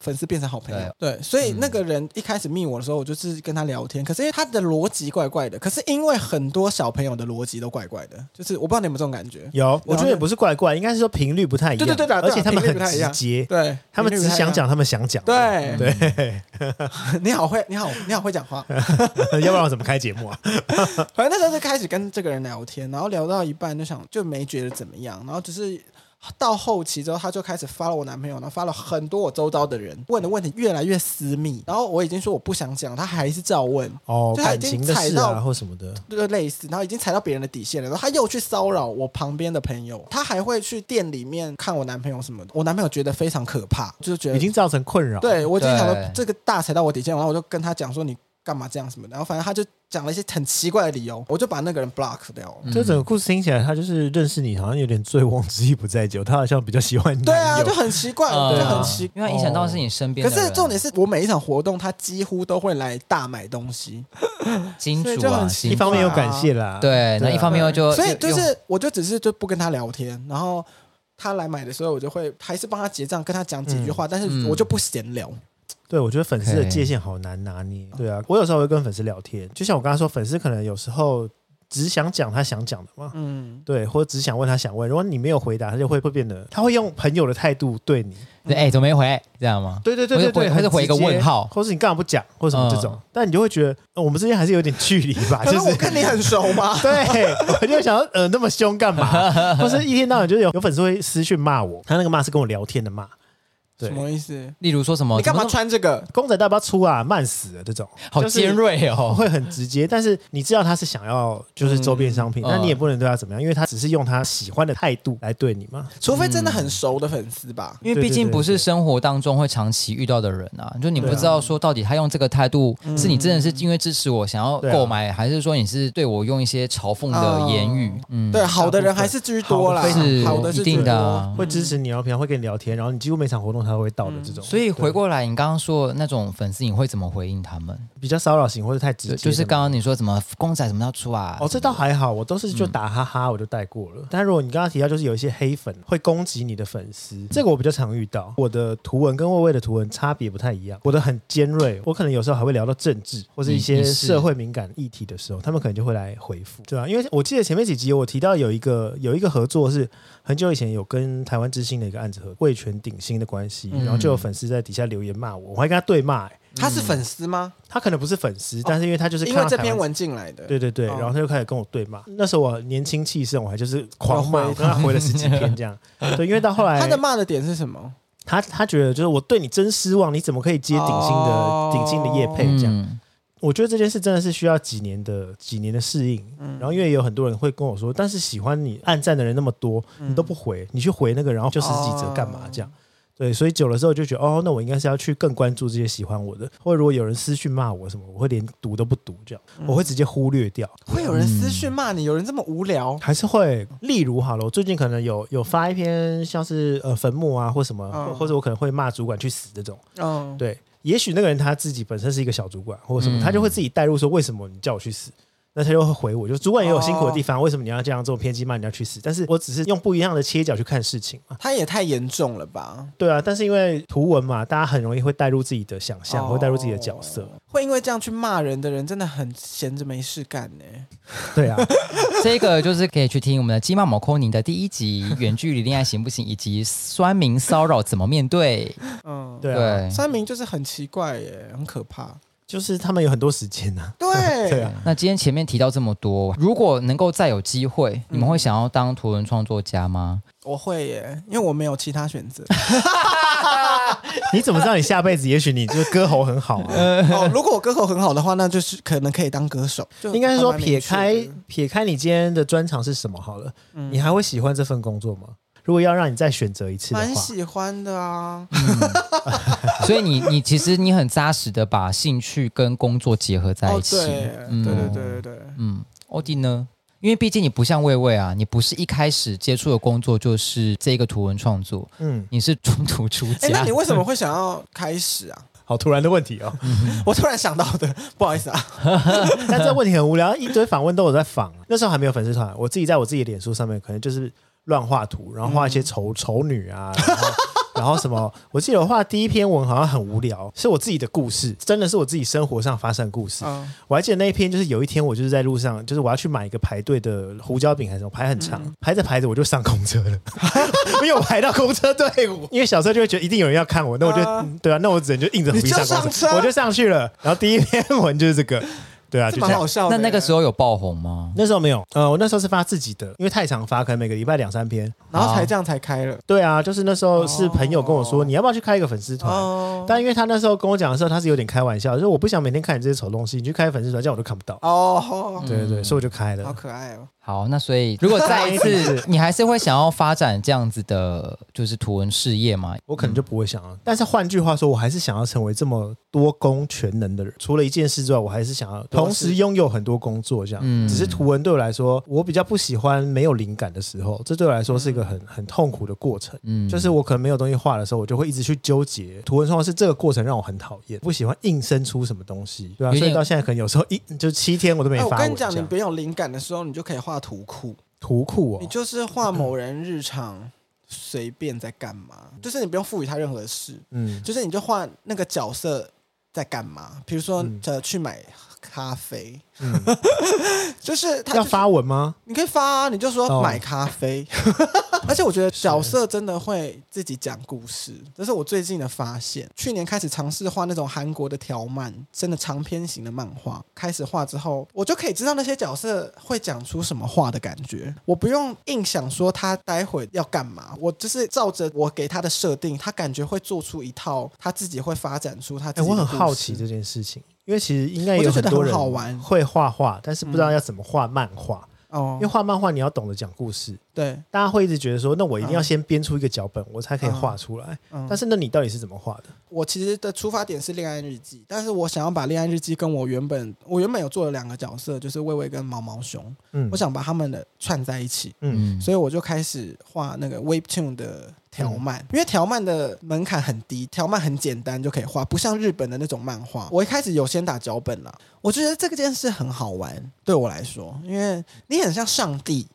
S3: 粉丝变成好朋友，对，所以那个人一开始密我的时候，我就是跟他聊天。可是因为他的逻辑怪怪的，可是因为很多小朋友的逻辑都怪怪的，就是我不知道你们有没有这种感觉。
S2: 有，我觉得也不是怪怪，应该是说频率不太一样。
S3: 对对对对对
S2: 而且他们
S3: 频率
S2: 很
S3: 不太一
S2: 直
S3: 样
S2: 接，
S3: 对，
S2: 他们只想讲他们想讲。
S3: 频率不太一样。
S2: 对， [LAUGHS]
S3: 对，你好会，你好，你好会讲话。
S2: 要不然我怎么开节目啊？
S3: 反正那时候就开始跟这个人聊天，然后聊到一半就想就没觉得怎么样，然后只是呃到后期之后，他就开始发了我男朋友，然后发了很多我周遭的人问的问题越来越私密，然后我已经说我不想讲，他还是照问，
S2: 哦，
S3: 就他已
S2: 感
S3: 经
S2: 情的
S3: 踩
S2: 事
S3: 到
S2: 啊，或什么的。
S3: 就类似，然后已经踩到别人的底线了，然后他又去骚扰我旁边的朋友，他还会去店里面看我男朋友什么的，我男朋友觉得非常可怕，就是觉
S2: [LAUGHS]
S3: 得
S2: 已经造成困扰。，
S3: 对我已经想到
S1: 对
S3: 这个大踩到我底线，然后我就跟他讲说你干嘛这样什么的，然后反正他就讲了一些很奇怪的理由，我就把那个人 block 掉了。
S1: 嗯
S2: 这整个故事听起来，他就是认识你，好像有点醉翁之意不在酒，他好像比较喜欢你
S3: 对啊，
S2: 男友
S3: 就很奇
S1: [LAUGHS]
S3: 怪，
S1: 呃
S3: 就很奇。
S1: 因为它影响到的是你身边
S3: 可
S1: 的人。
S3: 是重点是我每一场活动，他几乎都会来大买东西，
S1: 金
S3: 所以
S1: 主
S3: 就
S1: 啊，
S3: 很
S1: 金
S2: 一
S1: 主
S2: 方面有感谢啦，
S1: 对，那
S2: 啊
S1: 一方面又就
S3: 所以就
S1: 又
S3: 是我就只是就不跟他聊天，然后他来买的时候，我就会还是帮他结账，跟他讲几句话，但
S1: 嗯
S3: 是我就不闲聊。
S2: 对我觉得粉丝的
S1: OK
S2: 界限好难拿捏。对啊，我有时候会跟粉丝聊天，就像我刚刚说，粉丝可能有时候只想讲他想讲的嘛。
S3: 嗯，
S2: 对，或者只想问他想问，如果你没有回答，他就会会变得，他会用朋友的态度对你，
S1: 对哎，怎么没回？这样吗？
S2: 对对对对
S1: 或
S2: 对，
S1: 者回或者回一个
S2: 很直接
S1: 问号
S2: 或是你干嘛不讲，或什么这种，但你就会觉得、呃我们之间还是有点距离吧，
S3: [LAUGHS] 可
S2: 就是是？
S3: 我跟你很熟吗
S2: 对，我就想说，呃，那么凶干嘛？或是一天到晚就是有有粉丝会私讯骂我，他那个骂是跟我聊天的骂， [LAUGHS] 对
S3: 什，么意思？
S1: 例如说什么，
S3: 你干嘛
S1: 哦怎么
S3: 穿这个？
S2: 公仔大包出啊，慢死了这种，
S1: 那么好
S2: 就是
S1: 尖锐哦？
S2: 会很直接，但是你知道他是想要就是周边商品，
S1: 嗯
S2: 那你也不能对他怎么样，因为他只是用他喜欢的态度来对你嘛。
S3: 除非真的很熟的粉丝吧。
S1: 因为毕竟
S2: 对对对
S1: 不是
S2: 对
S1: 生活当中会长期遇到的人啊，就你不知道说到底他用这个态度，
S2: 嗯
S1: 是你真的是因为支持我想要
S2: 对啊
S1: 购买，还是说你是对我用一些嘲讽
S3: 哦
S1: 的言语？嗯，
S3: 对，好的人还是居多啦，
S2: 大部分
S1: 是
S3: 好的
S1: 一
S3: 是
S1: 定的
S3: 居多
S1: 啊。
S2: 会支持你，然后平常会跟你聊天，然后你几乎每场活动他都会到的这种。
S1: 嗯所以回
S2: 对
S1: 过来，你刚刚说的那种粉丝，你会怎么回应他们？
S2: 比较骚扰型或者太直接
S1: 就
S2: 的，
S1: 就是刚刚你说怎么公仔怎么要出啊？
S2: 哦，这倒还好，我都是
S3: 嗯
S2: 就打哈哈，我就带过了。但如果你刚刚提到，就是有一些黑粉会攻击你的粉丝，这个我比较常遇到。我的图文跟魏魏的图文差别不太一样，我的很尖锐，我可能有时候还会聊到政治或
S3: 嗯
S2: 是一
S1: 你
S2: 些
S1: 你是
S2: 社会敏感议题的时候，他们可能就会来回复，对啊，因为我记得前面几集我提到有一个有一个合作是很久以前有跟台湾之星的一个案子合，魏权鼎新的关系，
S3: 嗯
S2: 然后就有粉丝在底下留言骂我，我还跟他对骂、欸
S3: 他是粉丝吗？
S2: 他可能不是粉丝，但是因为他就是
S3: 哦因
S2: 看
S3: 为
S2: 到
S3: 这
S2: 台湾
S3: 篇
S2: 之
S3: 文进来的。
S2: 对对对，
S3: 哦
S2: 然后他就开始跟我对骂。那时候我年轻气盛，我还就是狂骂，
S3: 要回
S2: 我跟他回了十几篇
S3: [LAUGHS]
S2: 这样。对，因为到后来
S3: 他的骂的点是什么？
S2: 他他觉得就是我对你真失望，你怎么可以接顶薪的、
S3: 哦
S2: 顶薪的业配这样？
S1: 嗯，
S2: 我觉得这件事真的是需要几年的几年的适应。
S3: 嗯
S2: 然后因为有很多人会跟我说，但是喜欢你暗赞的人那么多，
S3: 嗯
S2: 你都不回，你去回那个，然后就十几折干
S3: 哦
S2: 嘛这样？对，所以久了之后就觉得，哦，那我应该是要去更关注这些喜欢我的，或者如果有人私讯骂我什么，我会连读都不读，这样
S3: 嗯
S2: 我会直接忽略掉。
S3: 会有人私
S2: 嗯
S3: 讯骂你，有人这么无聊？
S2: 还是会，例如好了，我最近可能有有发一篇像是呃坟墓啊或什么，
S3: 嗯
S2: 或或者我可能会骂主管去死这种，
S3: 嗯，
S2: 对，也许那个人他自己本身是一个小主管或什么，
S1: 嗯
S2: 他就会自己带入说为什么你叫我去死。那他就会回我，就主管也有辛苦
S3: 哦
S2: 的地方，为什么你要这样这么偏激骂人家去死？但是我只是用不一样的切角去看事情嘛，
S3: 他也太严重了吧？
S2: 对啊。但是因为图文嘛，大家很容易会带入自己的想象，会带入自己的角色，
S3: 哦，会因为这样去骂人的人，真的很闲着没事干呢、
S2: 对
S3: [LAUGHS]
S2: 啊。
S1: [LAUGHS] 这个就是可以去听我们的鸡妈毛空宁的第一集《远距离恋爱行不行》，以及酸民骚扰怎么面对。
S3: 嗯，
S2: 对啊
S1: 对，
S3: 三明就是很奇怪耶、很可
S2: [LAUGHS]
S3: 怕。
S2: 就是他们有很多时间啊，
S3: 对，
S2: 对啊，
S1: 那今天前面提到这么多，如果能够再有机会，
S3: 嗯
S1: 你们会想要当图文创作家吗？ [LAUGHS]
S3: 我会耶、因为我没有其他选择。 [LAUGHS]
S2: 你怎么知道你下辈子也许你就歌喉很好啊？
S3: 哦，如果我歌喉很好的话，那就是可能可以当歌手。就
S2: 应该是说
S3: 还蛮明
S2: 撇
S3: 确
S2: 开
S3: 的嗯
S2: 撇开你今天的专长是什么好了，你还会喜欢这份工作吗？如果要让你再选择一次的
S3: 蛮
S2: 话，
S3: 喜欢的啊。
S1: 所以你你其实你很扎实的把兴趣跟工作结合在一
S3: 哦，
S1: 起。
S3: 对，对对对对哦对。
S1: 嗯，欧弟呢？因为毕竟你不像魏魏啊，你不是一开始接触的工作就是这个图文创作，
S2: 嗯，
S1: 你是中途出
S3: 哎、那
S1: 家
S3: 你。为什么会想要开始啊？ [LAUGHS]
S2: 好突然的问题哦。
S3: 我突然想到的，不好意思啊。
S2: 但这问题很无聊，一堆访问都有在访。啊那时候还没有粉丝团，我自己在我自己的脸书上面可能就是乱画图，然后画一些丑丑女
S3: [LAUGHS]
S2: 啊，然后然后什么？我记得我画第一篇文好像很无聊，是我自己的故事，真的是我自己生活上发生的故事。
S3: 嗯，
S2: 我还记得那一篇，就是有一天我就是在路上，就是我要去买一个排队的胡椒饼还是什么，排很长，
S3: 嗯
S2: 排着排着我就上公车了，
S3: [LAUGHS]
S2: 因为我排到公车队伍。因为小时候就会觉得一定有人要看我，那我就、
S3: 啊
S2: 嗯对啊，那我只能就硬着头皮
S3: 你就
S2: 上公
S3: 上车
S2: 我就上去了。然后第一篇文就是这个，对啊，
S3: 这
S2: 就
S3: 蛮
S2: 这样
S3: 好。笑
S1: 那
S3: 的耶。
S1: 那个时候有爆红吗？
S2: 那时候没有，呃，我那时候是发自己的，因为太常发，可能每个礼拜两三篇。
S3: 然后才这样才开了。
S2: 对啊，就是那时候是朋友跟我说，
S3: 哦
S2: 你要不要去开一个粉丝团？
S3: 哦
S2: 但因为他那时候跟我讲的时候，他是有点开玩笑，就是我不想每天看你这些丑东西，你去开粉丝团，这样我都看不到。
S3: 哦，
S2: 对对对，所以我就开了。
S3: 好可爱哦。
S1: 好，那所以如果再
S3: [LAUGHS]
S1: 一
S3: 哎
S1: 次，你还是会想要发展这样子的，就是图文事业吗？
S2: 我可能就不会想要。但是换句话说，我还是想要成为这么多功全能的人。除了一件事之外，我还是想要同时拥有很多工作，这样。
S1: 嗯
S2: 只是图文对我来说，我比较不喜欢没有灵感的时候，这对我来说是一个很很痛苦的过程。
S1: 嗯，
S2: 就是我可能没有东西画的时候，我就会一直去纠结图文创作是这个过程让我很讨厌，不喜欢硬生出什么东西，对啊，
S1: 有
S2: 所
S1: 点
S2: 以到现在可能有时候一就七天我都没
S3: 哎，我
S2: 发
S3: 跟
S2: 文
S3: 你
S2: 这
S3: 讲，你
S2: 样。
S3: 没有灵感的时候，你就可以画图库，
S2: 图库哦
S3: 你，就是画某人日常随便在干嘛，就是你不用赋予他任何事，
S2: 嗯，
S3: 就是你就画那个角色在干嘛，比如说
S2: 嗯
S3: 呃去买咖啡，就是 [LAUGHS] 他
S2: 要
S3: 就是
S2: 发文吗？
S3: 你可以发、啊，你就说
S2: 哦
S3: 买咖啡。 [LAUGHS] 而且我觉得角色真的会自己讲故事，这是我最近的发现。去年开始尝试画那种韩国的条漫，真的长篇型的漫画。开始画之后，我就可以知道那些角色会讲出什么话的感觉。我不用硬想说他待会要干嘛，我就是照着我给他的设定，他感觉会做出一套他自己会发展出他自
S2: 哎、
S3: 己的
S2: 我很
S3: 故
S2: 好
S3: 事
S2: 奇这件事情，因为其实应该
S3: 我
S2: 也
S3: 就
S2: 有
S3: 觉
S2: 很
S3: 得
S2: 多
S3: 很好
S2: 人
S3: 玩
S2: 会画画，但是不知道要怎么画漫画。
S3: 哦
S2: 因为，画漫画你要懂得讲故事，
S3: 对，
S2: 大家会一直觉得说，那我一定要先编出一个脚本，我才可以画出来。
S3: 嗯
S2: 但是那你到底是怎么画的？
S3: 我其实的出发点是恋爱日记，但是我想要把恋爱日记跟我原本我原本有做了两个角色，就是魏魏跟毛毛熊，
S2: 嗯，
S3: 我想把他们的串在一起，
S2: 嗯，嗯
S1: 嗯，
S3: 所以我就开始画那个 Webtoon 的条漫，因为条漫的门槛很低，条漫很简单就可以画，不像日本的那种漫画。我一开始有先打脚本啦，我觉得这个件事很好玩，对我来说，因为你很像上帝，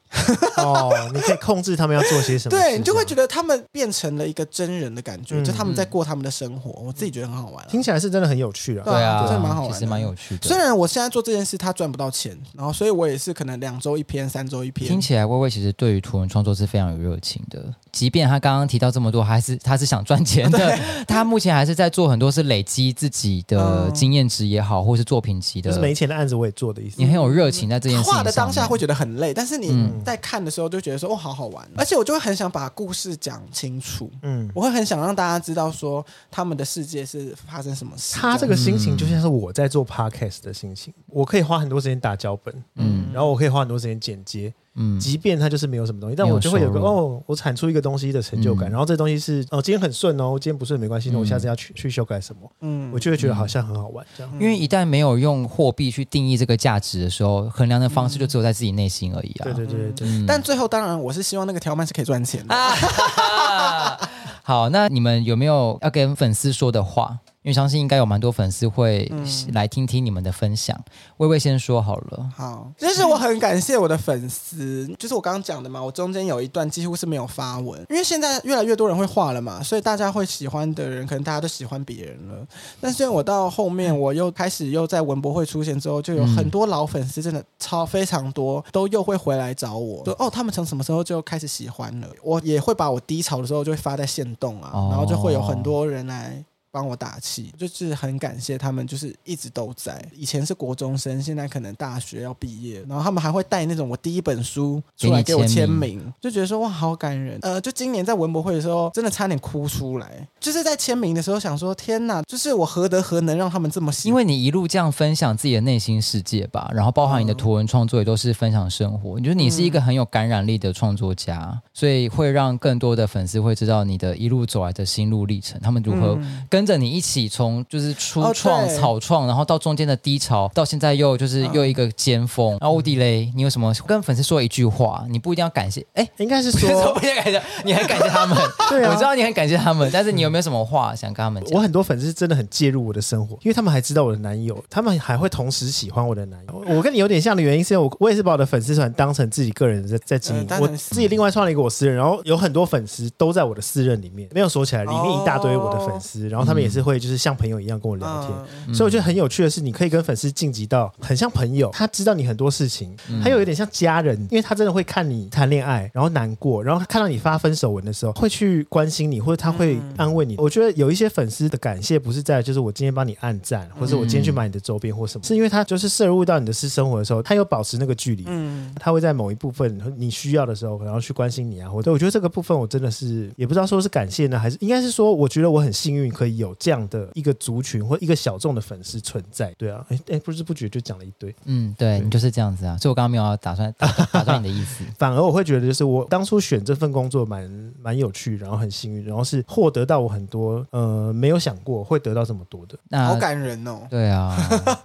S2: 哦，你可以控制他们要做些什么事，啊
S3: [LAUGHS] 对你就会觉
S2: 得
S3: 得他们变成了一个真人的感觉，
S2: 嗯
S3: 就他们在过他们的生活，我自己觉得很好玩啊、
S2: 听起来是真的很有趣啊。
S3: 对
S1: 对
S3: 啊
S1: 啊，
S3: 真的蛮好玩的
S1: 其实蛮有趣
S3: 虽
S1: 的。
S3: 然我现在做这件事，他赚不到钱，然后所以我也是可能两周一篇、三周一篇
S1: 听。起来，薇薇其实对于图文创作是非常有热情的。即便她刚刚提到这么多，还是她是想赚钱的。她目前还是在做很多是累积自己的
S3: 嗯
S1: 经验值也好，或是作品集
S2: 就
S1: 的
S2: 是。没钱的案子我也做的意思
S1: 你。很有热情在这件事情
S3: 画
S1: 上
S3: 的
S1: 面。
S3: 当下会觉得很累，但是你
S1: 嗯
S3: 在看的时候就觉得说，哦，好好玩，而且我就会很想把故事讲清楚，
S2: 嗯，
S3: 我会很想让大家知道说他们的世界是发生什么事。
S2: 他这个
S3: 样
S2: 心情就像是我在做 podcast 的心情，我可以花很多时间打脚本，
S1: 嗯
S2: 然后我可以花很多时间剪接，
S1: 嗯
S2: 即便它就是没有什么东西，但
S1: 没有
S2: 我就会有个
S1: 收入
S2: 哦，我产出一个东西的成就感，
S1: 嗯
S2: 然后这东西是哦，今天很顺哦，今天不顺没关系，那我
S1: 嗯
S2: 下次要去去修改什么，
S3: 嗯
S2: 我就会觉得好像很好玩这样。
S1: 因为一旦没有用货币去定义这个价值的时候，衡量的方式就只有在自己内心而已啊。
S2: 对对对对对，
S1: 嗯
S3: 但最后当然我是希望那个条漫是可以赚钱的。
S1: 啊， [LAUGHS] 好，那你们有没有要跟粉丝说的话？因为相信应该有蛮多粉丝会来听听你们的分享。微微先说好了，
S3: 好，哦就是我很感谢我的粉丝，就是我刚刚讲的嘛，我中间有一段几乎是没有发文，因为现在越来越多人会画了嘛，所以大家会喜欢的人，可能大家都喜欢别人了。但是我到后面，我又开始又在文博会出现之后，就有很多老粉丝，真的超非常多，都又会回来找我，说哦，他们从什么时候就开始喜欢了。我也会把我低潮的时候就会发在线动啊，
S1: 哦
S3: 然后就会有很多人来帮我打气，就是很感谢他们，就是一直都在。以前是国中生，现在可能大学要毕业，然后他们还会带那种我第一本书出来给我签名，就觉得说哇，好感人。呃，就今年在文博会的时候，真的差点哭出来，就是在签名的时候想说，天哪，就是我何德何能让他们这么喜
S1: 因
S3: 欢。
S1: 为你一路这样分享自己的内心世界吧，然后包含你的
S2: 嗯
S1: 图文创作也都是分享生活，你觉得你是一个很有感染力的创作家，所以会让更多的粉丝会知道你的一路走来的心路历程，他们如何
S3: 嗯
S1: 跟着你一起从就是初
S3: 哦
S1: 创、
S3: 对
S1: 草创，然后到中间的低潮，到现在又就是
S3: 嗯
S1: 又一个尖峰。然后欧迪雷，你有什么跟粉丝说一句话？你不一定要感谢， [LAUGHS] 哎，
S2: 应该是
S1: 不是说
S2: 说
S1: 不，一定要感谢，你很感谢他们，
S2: [LAUGHS] 对啊
S1: 我知道你很感谢他们，但是你有没有什么话想跟他们
S2: [LAUGHS] 我
S1: 讲？
S2: 很多粉丝真的很介入我的生活，因为他们还知道我的男友，他们还会同时喜欢我的男友。我我跟你有点像的原因是因为我我也是把我的粉丝团当成自己个人在在经营
S3: 嗯，当
S2: 我
S3: 成
S2: 自己另外创了一个我私人，然后有很多粉丝都在我的私人里面，没有锁起来，里面一大堆我的粉
S1: 哦
S2: 丝，然后他们也
S1: 嗯
S2: 是会就是像朋友一样跟我聊天。
S3: 嗯
S2: 所以我觉得很有趣的是，你可以跟粉丝晋级到很像朋友，他知道你很多事情，还有有点像家人，因为他真的会看你谈恋爱，然后难过，然后他看到你发分手文的时候，会去关心你，或者他会安慰你。我觉得有一些粉丝的感谢不是在就是我今天帮你按赞，或者我今天去买你的周边或什么，是因为他就是摄入到你的私生活的时候，他有保持那个距离，
S3: 嗯
S2: 他会在某一部分你需要的时候，然后去关心你啊，或者我觉得这个部分我真的是也不知道说是感谢呢，还是应该是说我觉得我很幸运可以有这样的一个族群或一个小众的粉丝存在。对啊，哎哎，不知不觉就讲了一堆。
S1: 嗯，对你就是这样子啊，所以我刚刚没有要打算打打断你的意
S3: [LAUGHS]
S1: 思。
S2: 反而我会觉得，就是我当初选这份工作蛮蛮有趣，然后很幸运，然后是获得到我很多呃没有想过会得到这么多的。
S1: 那
S3: 好感人哦！
S1: 对
S3: [LAUGHS]
S1: 啊，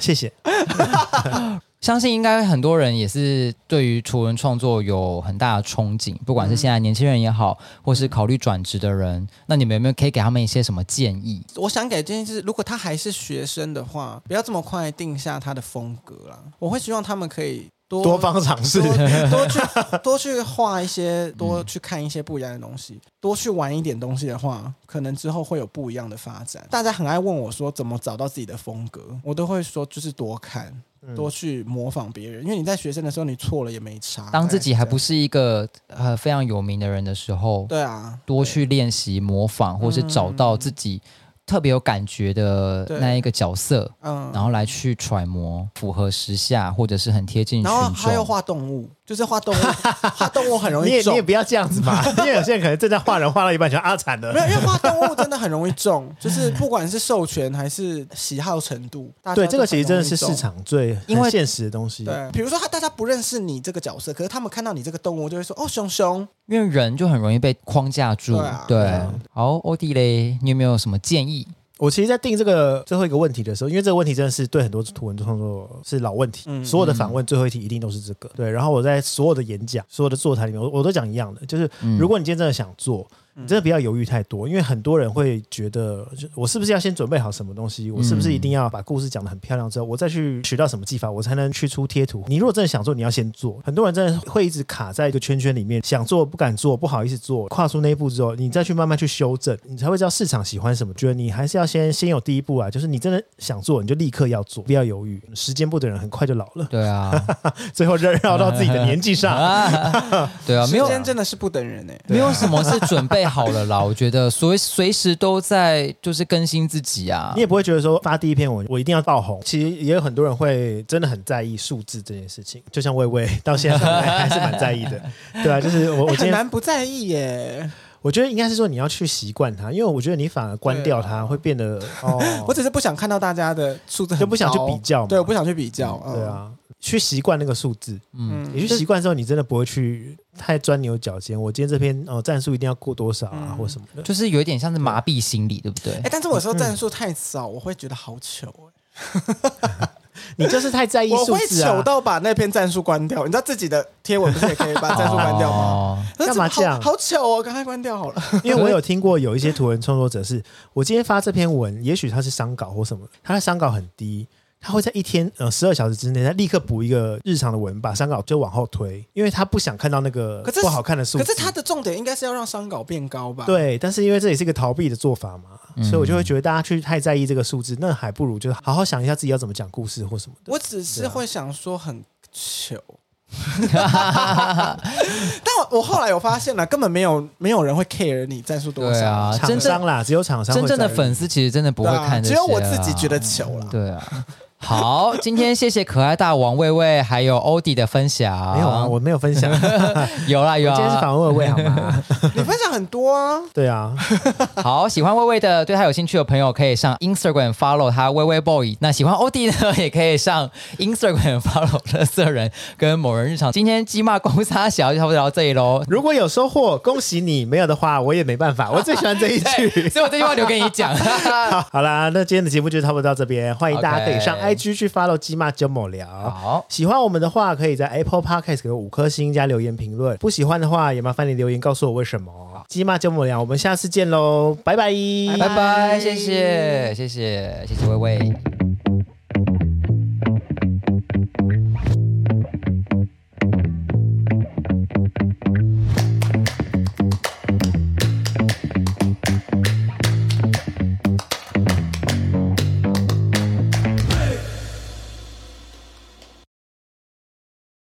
S2: 谢谢。
S1: 相信应该很多人也是对于图文创作有很大的憧憬，不
S3: 嗯
S1: 管是现在年轻人也好，或是考虑转职的人，那你们有没有可以给他们一些什么建议？
S3: 我想给建议是，如果他还是学生的话，不要这么快定下他的风格啦。我会希望他们可以。多
S2: 多方尝试。 [LAUGHS]
S3: 多多去多去画一些，
S2: 嗯
S3: 多去看一些不一样的东西，多去玩一点东西的话，可能之后会有不一样的发展。大家很爱问我说怎么找到自己的风格，我都会说就是多看。
S2: 嗯
S3: 多去模仿别人，因为你在学生的时候你错了也没差。
S1: 当自己还不
S3: 是
S1: 是一个呃非常有名的人的时候，
S3: 对啊，
S1: 多去练习模仿，或是找到自己特别有感觉的
S3: 嗯对
S1: 那一个角色，
S3: 嗯，
S1: 然后来去揣摩符合时下，或者是很贴近群
S3: 然后还有
S1: 众。
S3: 画动物，就是
S1: [LAUGHS]
S3: 画动物，画动物很容
S2: 你也
S3: 易
S2: 你
S3: 中
S2: 也。不要这样子
S3: [LAUGHS]
S2: 嘛，因为有些人可能正在画人画到一半，想啊惨
S3: 没
S2: 了。
S3: 有，因为画动物真的很容易中，就是不管是授权还是喜好程度，大家
S2: 对，
S3: 都
S2: 这个其实真的是
S3: 很容易
S2: 市
S3: 中
S2: 场最
S1: 因为
S2: 很现实的东西。
S3: 对，比如说他大家不认识你这个角色，可是他们看到你这个动物就会说哦熊熊，
S1: 因为人就很容易被框架住。
S3: 对啊
S1: 对
S2: 啊，
S1: 好，欧弟嘞，你有没有什么建议？
S2: 我其实，在定这个最后一个问题的时候，因为这个问题真的是对很多图文创作是老问题，
S3: 嗯
S2: 所有的访问最后一题一定都是这个。对，然后我在所有的演讲、所有的座谈里面，我我都讲一样的，就是
S1: 嗯
S2: 如果你今天真的想做，你真的不要犹豫太多，因为很多人会觉得，就我是不是要先准备好什么东西？我是不是一定要把故事讲得很漂亮之后，我再去学到什么技法，我才能去出贴图？你如果真的想做，你要先做。很多人真的会一直卡在一个圈圈里面，想做不敢做，不好意思做，跨出那一步之后，你再去慢慢去修正，你才会知道市场喜欢什么。觉得你还是要先先有第一步啊，就是你真的想做，你就立刻要做，不要犹豫。时间不等人，很快就老了， [LAUGHS]
S1: 对啊，
S2: 最后绕绕到自己的年纪上。
S1: 啊对啊，没有
S3: 时间真的是不等人哎、
S1: 没有什么是准备好了啦。我觉得随随时都在就是更新自己啊
S2: 你。也不会觉得说发第一篇文我一定要爆红。其实也有很多人会真的很在意数字这件事情，就像魏魏到
S3: [LAUGHS]
S2: 现在还是蛮在意的，对吧、就是我我
S3: 哎
S2: 今
S3: 很
S2: 天
S3: 难不在意耶、
S2: 我觉得应该是说你要去习惯它，因为我觉得你反而关掉它、会变
S3: [LAUGHS]
S2: 得哦，
S3: 啊我只是不想看到大家的数字很
S2: 就不想去
S3: 高
S2: 比较嘛
S3: 对，我不想去比较，嗯、
S2: 对，啊。去习惯那个数字，
S1: 嗯，
S2: 你去习惯之后，你真的不会去太钻牛角尖。我今天这篇哦战术一定要过多少啊，
S3: 嗯
S2: 或什么的。
S1: 就是有一点像是麻痹心理，对不对
S3: 哎、？但是我有时候战术太少，我会觉得好糗哎、
S2: 你就是太在意
S3: 我
S2: 数
S3: 会
S2: 字啊
S3: 糗，到把那篇战术关掉。你知道自己的贴文不是也可以把战术关掉吗？
S1: 哦
S3: 可是
S2: 干嘛
S3: 怎
S2: 这
S3: 么
S2: 样
S3: 好好糗哦，赶快关掉好了。
S2: 因为我有听过有一些图文创作者是，我今天发这篇文，也许他是商稿或什么，他的商稿很低，他会在一天呃十二小时之内，他立刻补一个日常的文，把商稿就往后推，因为他不想看到那个
S3: 可是
S2: 不好看的数字。
S3: 可是他的重点应该是要让商稿变高吧？，
S2: 对，但是因为这也是一个逃避的做法嘛，
S1: 嗯
S2: 所以我就会觉得大家去太在意这个数字，那还不如就是好好想一下自己要怎么讲故事或什么的。
S3: 我只是会想说很糗。
S1: 哦
S3: 但我我后来有发现了，根本没有没有人会 care 你战术多少，
S1: 对啊，真
S2: 厂商
S1: 正
S2: 啦，只有厂商会
S1: 真正的
S2: 在意
S1: 粉丝其实真的不
S3: 对
S1: 会
S3: 啊，
S1: 看这
S3: 只
S1: 些啊，
S3: 有我自己觉得糗啦。
S1: 对啊。好，今天谢谢可爱大王魏魏还有欧弟的分享。
S2: 没有啊，我没有
S1: [LAUGHS]
S2: 分享，今
S1: 有啦有啊啦。
S2: 天是访问魏
S1: [LAUGHS]
S2: 好吗？
S3: 你分享很多啊，
S2: 对啊，
S1: 好，喜欢微微的，对他有兴趣的朋友可以上 Instagram follow 他微微 boy。那喜欢欧弟呢，也可以上 Instagram [LAUGHS] follow 乐色人跟某人日常。今天鸡骂公差小就差不多聊到这里喽。
S2: 如果有收获，恭喜你；没有的话，我也没办法。我最喜欢这一
S1: [LAUGHS]
S2: 句。
S1: 所以我这句话留给你讲。
S2: 好啦，那今天的节目就差不多到这边，欢迎大家可以上
S1: OK
S2: IG 去 follow 鸡妈九某聊。
S1: 好，
S2: 喜欢我们的话，可以在 Apple Podcast 给我五颗星加留言评论。不喜欢的话，也麻烦你留言告诉我为什么。鸡妈九某聊，我们下次见喽，拜拜，
S1: 拜拜，谢谢谢谢谢谢微微。